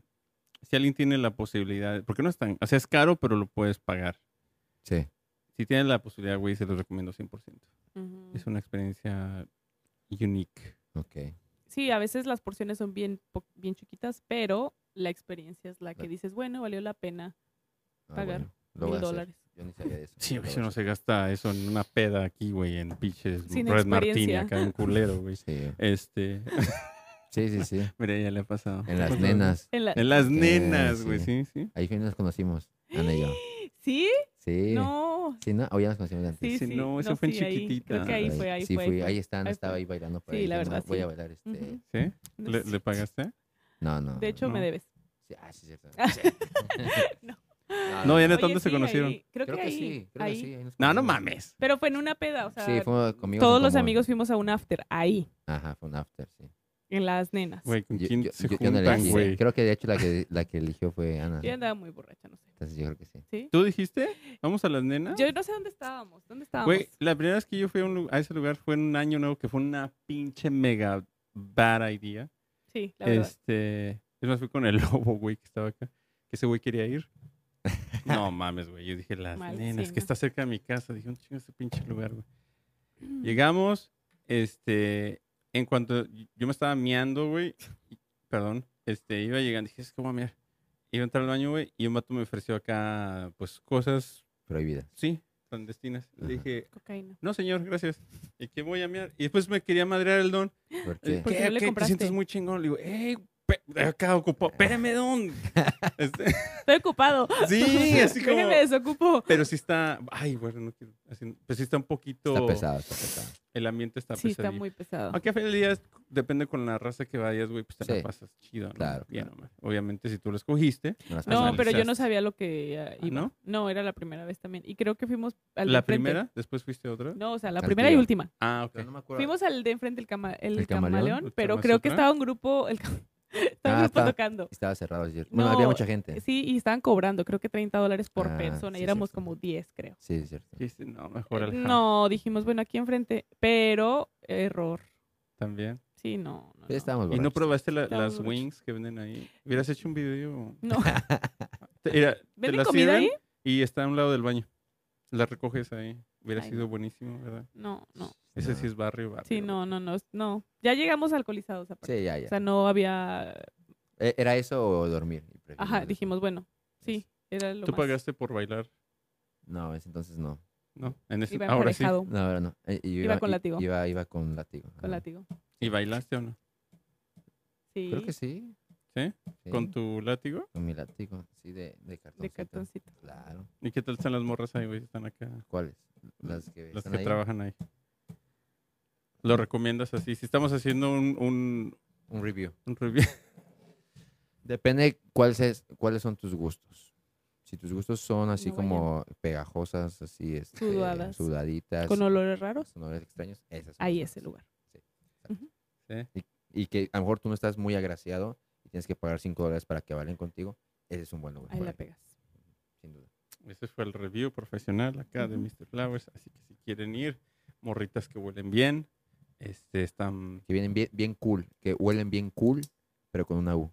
Si alguien tiene la posibilidad. Porque no es tan. O sea, es caro, pero lo puedes pagar. Sí. Si tienen la posibilidad, güey, se los recomiendo 100%. Ujú. Es una experiencia unique. Ok. Sí, a veces las porciones son bien, po- bien chiquitas, pero la experiencia es la que dices, bueno, valió la pena Ah, Pagar bueno, lo voy mil a hacer. dólares. Yo ni sabía de eso. Sí, Lo voy güey, a si uno hacer. se gasta eso en una peda aquí, güey, en pinches Sin Red Martini, experiencia. acá un culero, güey. Sí, Este, sí, sí. sí. mira, ya le ha pasado. En las nenas. En la- En las Eh, nenas, güey, sí. sí, sí. Ahí fue donde nos conocimos, Ana y yo. ¿Sí? Sí. No. Sí, ¿no? O ya nos conocimos de antes. Sí, Sí, sí. no, eso fue en sí, ahí. chiquitita. Creo que ahí Por fue, ahí sí, fue. fui, ahí están, ahí estaba fue. ahí bailando por Sí, ahí. la Dije, verdad, "No, Voy sí. a bailar este... Ujú. ¿Sí? No ¿Le, sé. le pagaste? No, no. De hecho, no. me debes. Sí, ah, sí, cierto. Sí. No. No, ya Oye, neta, ¿dónde se sí, conocieron? ahí. Creo, Creo que, que ahí. sí, creo que ahí. sí. ahí nos No, no conocimos. mames. Pero fue en una peda, o sea, Sí, fue conmigo. todos los amigos fuimos a un after ahí, Ajá, fue un after, sí. en las nenas. Güey, ¿con Yo- quién yo- se yo- yo no juntan, elegí. güey? Creo que de hecho la que, la que eligió fue Ana. Yo andaba muy borracha, no sé. Entonces yo creo que sí. ¿Sí? ¿Tú dijiste? ¿Vamos a las nenas? Yo no sé dónde estábamos. ¿Dónde estábamos? Ah. Güey, la primera vez que yo fui a, un lu- a ese lugar fue en un año nuevo que fue una pinche mega bad idea. sí, la verdad. Este, es más, fui con el lobo, güey, que estaba acá. Que ese güey quería ir. No mames, güey. Yo dije, las Mal, nenas, sí, que ¿no? está cerca de mi casa. Dije, un chingo ese pinche lugar, güey. Llegamos, este, en cuanto yo me estaba meando, güey. y- Perdón, este, iba llegando. Dije, es que voy a mear. Iba a entrar al baño, güey, y un vato me ofreció acá, pues, cosas, Prohibida. sí, clandestinas. Ajá. Le dije, Cocaína. no, señor, gracias. ¿Y qué voy a mear? Y después me quería madrear el don. ¿Por Eh, qué? ¿Por qué no le ¿Te compraste? sientes muy chingón? Le digo, ¡ey! pe- Acá Eh. ocupó, espérame, don. Este, Estoy ocupado. sí, así como. Déjeme desocupo. Pero sí está. Ay, bueno, no quiero. así- pero sí está un poquito. Está pesado, está pesado. El ambiente está Sí, pesado. está muy pesado. Aunque a fin del día, depende con la raza que vayas, güey, pues te la Sí. pasas chido, ¿no? Claro, Bien, claro. hombre. Obviamente, si tú lo escogiste. No, las personas- No, pero yo no personalizaste. sabía lo que eh, iba. Ah, ¿no? ¿no? era la primera vez también. Y creo que fuimos al de la enfrente. primera, después fuiste a otra. No, o sea, la Al primera y tiro. última. Ah, ok. Pero no me acuerdo. Fuimos al de enfrente, el, cama- el ¿El camaleón? camaleón, ¿El pero Kama creo que Sutra? estaba un grupo, el, cam- estaba un Ah, grupo está. tocando. Estaba cerrado. es cierto. Bueno, No, había mucha gente. Sí, Sí, y estaban cobrando, creo que 30 dólares por Ah, persona. sí, y éramos cierto. como 10, creo. sí, es cierto. Sí, sí, no, mejor al no. Eh, No, dijimos, bueno, aquí enfrente, pero error. también. Sí, no. Pero no, no. estábamos ¿Y no borrachos. probaste la- Estábamos las borrachos. wings que venden ahí? Hubieras hecho un video. No. Te- Mira, te ¿Venden la comida sirven ahí? y está a un lado del baño. La recoges ahí. Hubiera Ay, sido no. buenísimo, ¿verdad? No, no. Ese No. sí es barrio, barrio. Sí, no, no, no. no. Ya llegamos alcoholizados aparte. Sí, ya, O sea, ya. no había... Eh, ¿Era eso o dormir? Y preferimos Ajá, dormir. dijimos, bueno, sí, era lo Tú más. pagaste por bailar, No, ese entonces no. ¿no? En ese, Iba ahora sí. emparejado No, ahora no. Eh, y yo Iba con i- látigo. Iba, iba con látigo. ajá. con látigo. ¿Y bailaste o no? Sí, Creo que sí. ¿Sí? Sí, ¿Con tu látigo? con mi látigo. Sí, de, de cartón. de cartoncito. Claro. ¿Y qué tal están las morras ahí, güey? Están acá. ¿Cuáles? Las que, las están que ahí. trabajan ahí. ¿Lo recomiendas así? Si estamos haciendo un, un, Un review. un review. Depende cuáles es- cuáles son tus gustos. si tus gustos son así No vayan. como pegajosas, así este, Sudadas. sudaditas, Con olores raros, sonores extraños, esas son ahí las es el buenas. lugar. Y que a lo mejor tú no estás muy agraciado y tienes que pagar 5 dólares para que valen contigo, ese es un buen lugar. Ahí para la ir, pegas. sin duda. Ese fue el review profesional acá de Ujú. Mr. Flowers. Así que si quieren ir, morritas que huelen bien, este, están... Que vienen bien, bien cool, que huelen bien cool, pero con una U,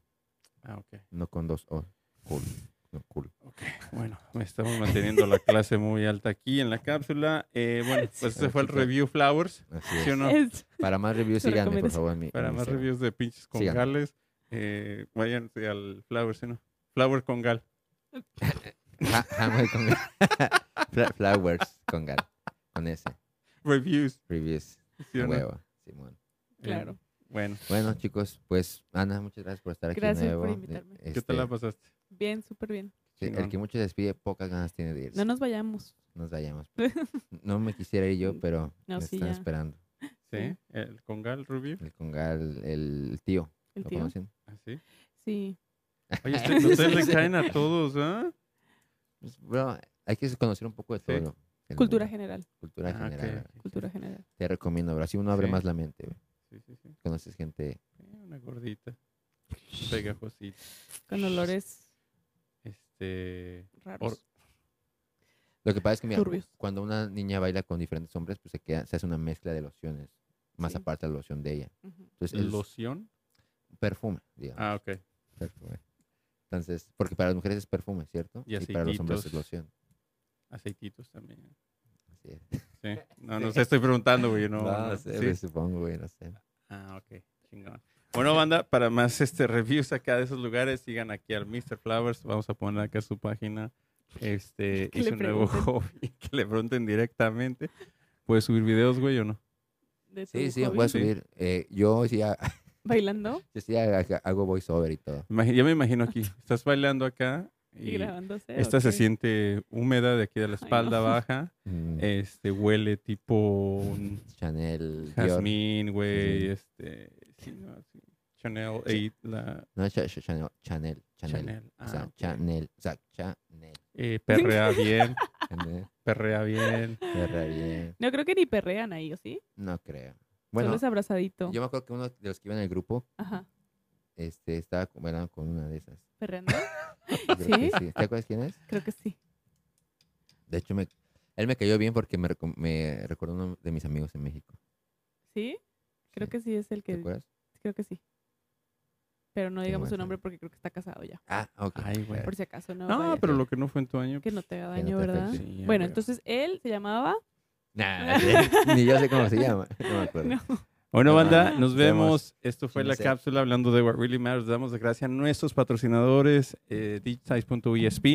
Ah, ok. no con dos O. Cool, no cool. Ok, bueno, me estamos manteniendo la clase muy alta aquí en la cápsula. Eh, bueno, pues ese fue el review Flowers. Así ¿Sí o es. no? Es- Para más reviews, Te síganme, por recomiendo. favor. en mi- en Para mi más Instagram. reviews de pinches con Síganme. Gales, eh, váyanse al Flowers, ¿sí no? Flower con Gal. Ja- jamón con Fla- Flowers con gal. Con ese. Reviews, Reviews. ¿sí o no? Huevo, Simón. Eh, claro. bueno, Bueno, chicos, pues Ana, muchas gracias por estar aquí. de Gracias por nuevo. invitarme. Eh, ¿qué este, tal la pasaste? Bien, súper bien. sí, El Chingón. que mucho despide, pocas ganas tiene de irse. No nos vayamos. Nos vayamos. No me quisiera ir yo, pero No, me sí, están ya. esperando. ¿Sí? ¿El con Gal review? El congal, el tío. El ¿Lo tío. conocen? ¿Ah, sí? Sí. Oye, ustedes, ustedes le caen a todos, ¿ah? Pues, bro, hay que conocer un poco de Sí. todo. el Cultura mundo, general. Cultura Ah, ok, general. ok. bro. Cultura general. Te recomiendo, bro. Así uno abre Sí. más la mente. bro. Sí, sí, sí. Conoces gente Sí, Una gordita, pegajosita. Con olores Este, raros. Lo que pasa es que mira, Turbios. cuando una niña baila con diferentes hombres, pues se queda, se hace una mezcla de lociones, más Sí. aparte de la loción de ella. Ujú. Entonces, es ¿loción? perfume, digamos, Ah, ok. perfume. Entonces, porque para las mujeres es perfume, ¿cierto? Y para los hombres es aceititos. loción. Aceititos también. Así es. Sí. No, no sé, estoy preguntando, güey. No, No, no, sé, sí. güey, supongo, güey, no sé. Ah, ok. Chingón. Bueno, banda, para más este reviews acá de esos lugares, sigan aquí al Mr. Flowers. Vamos a poner acá su página este, Que y le su nuevo pregunten. hobby. Que le pregunten directamente. ¿Puedes subir videos, güey, o no? De Sí, tu sí, hobby. voy a Sí. subir. eh, yo sí, ha- Bailando yo sí ha- ha- hago voiceover y todo. Imagi- ya me imagino aquí. Estás bailando acá y, y grabándose. esta se ok. siente húmeda de aquí de la no. espalda baja. Mm, Este, huele tipo mm, Chanel, Dior. Jasmine, güey, Sí. este, sí, no, sí. Chanel, eh, la No, Cha- Cha- Chanel, Chanel, Chanel. Chanel. O sea, Ah, ok. Chanel, o sea, Chanel. Eh, perrea bien, Chanel, perrea bien. perra bien. No creo que ni perrean ahí, ¿o sí? No creo. Solo Bueno, es abrazadito. Yo me acuerdo que uno de los que iba en el grupo Ajá. este, estaba con, bailando con una de esas. ¿Perreando? Yo creo que ¿Sí? ¿Te acuerdas quién es? Creo que sí. De hecho, me, él me cayó bien porque me, recom- me recordó uno de mis amigos en México. ¿Sí? Creo Sí. que sí es el ¿Te que... acuerdas? Creo que sí. Pero no digamos su bueno. nombre porque creo que está casado ya. Ah, ok. Ay, güey. Por si acaso no. No, vaya- pero lo que no fue en tu año. pues, Que no te haga Que no daño, te ¿verdad? afecte. Sí, Bueno, güey. entonces él se llamaba... Nah, ni yo sé cómo se llama. No me acuerdo. No. Bueno, banda, Ah, nos nos vemos. vemos. Esto fue la Chinguense. cápsula hablando de What Really Matters. Damos las gracias a nuestros patrocinadores, eh, Digitize.esp,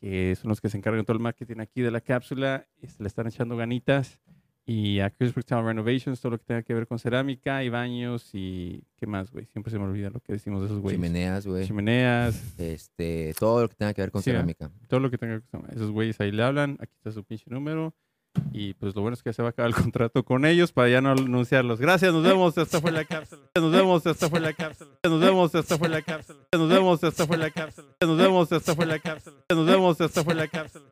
que son los que se encargan de todo el marketing aquí de la cápsula. y se le están echando ganitas. Y a Chris Town Renovations, todo lo que tenga que ver con cerámica y baños y qué más, güey. Siempre se me olvida lo que decimos de esos güeyes. Chimeneas, güey. Chimeneas, Este, todo lo que tenga que ver con Sí, ¿eh? cerámica. todo lo que tenga que ver. Esos güeyes ahí le hablan. Aquí está su pinche número. Y pues lo bueno es que ya se va a acabar el contrato con ellos para ya no anunciarlos. Gracias, nos vemos. Esta fue la cápsula. Nos vemos, esta fue la cápsula. Nos vemos, esta fue la cápsula. Nos vemos, esta fue la cápsula. Nos vemos, esta fue la cápsula. Nos vemos, esta fue la cápsula.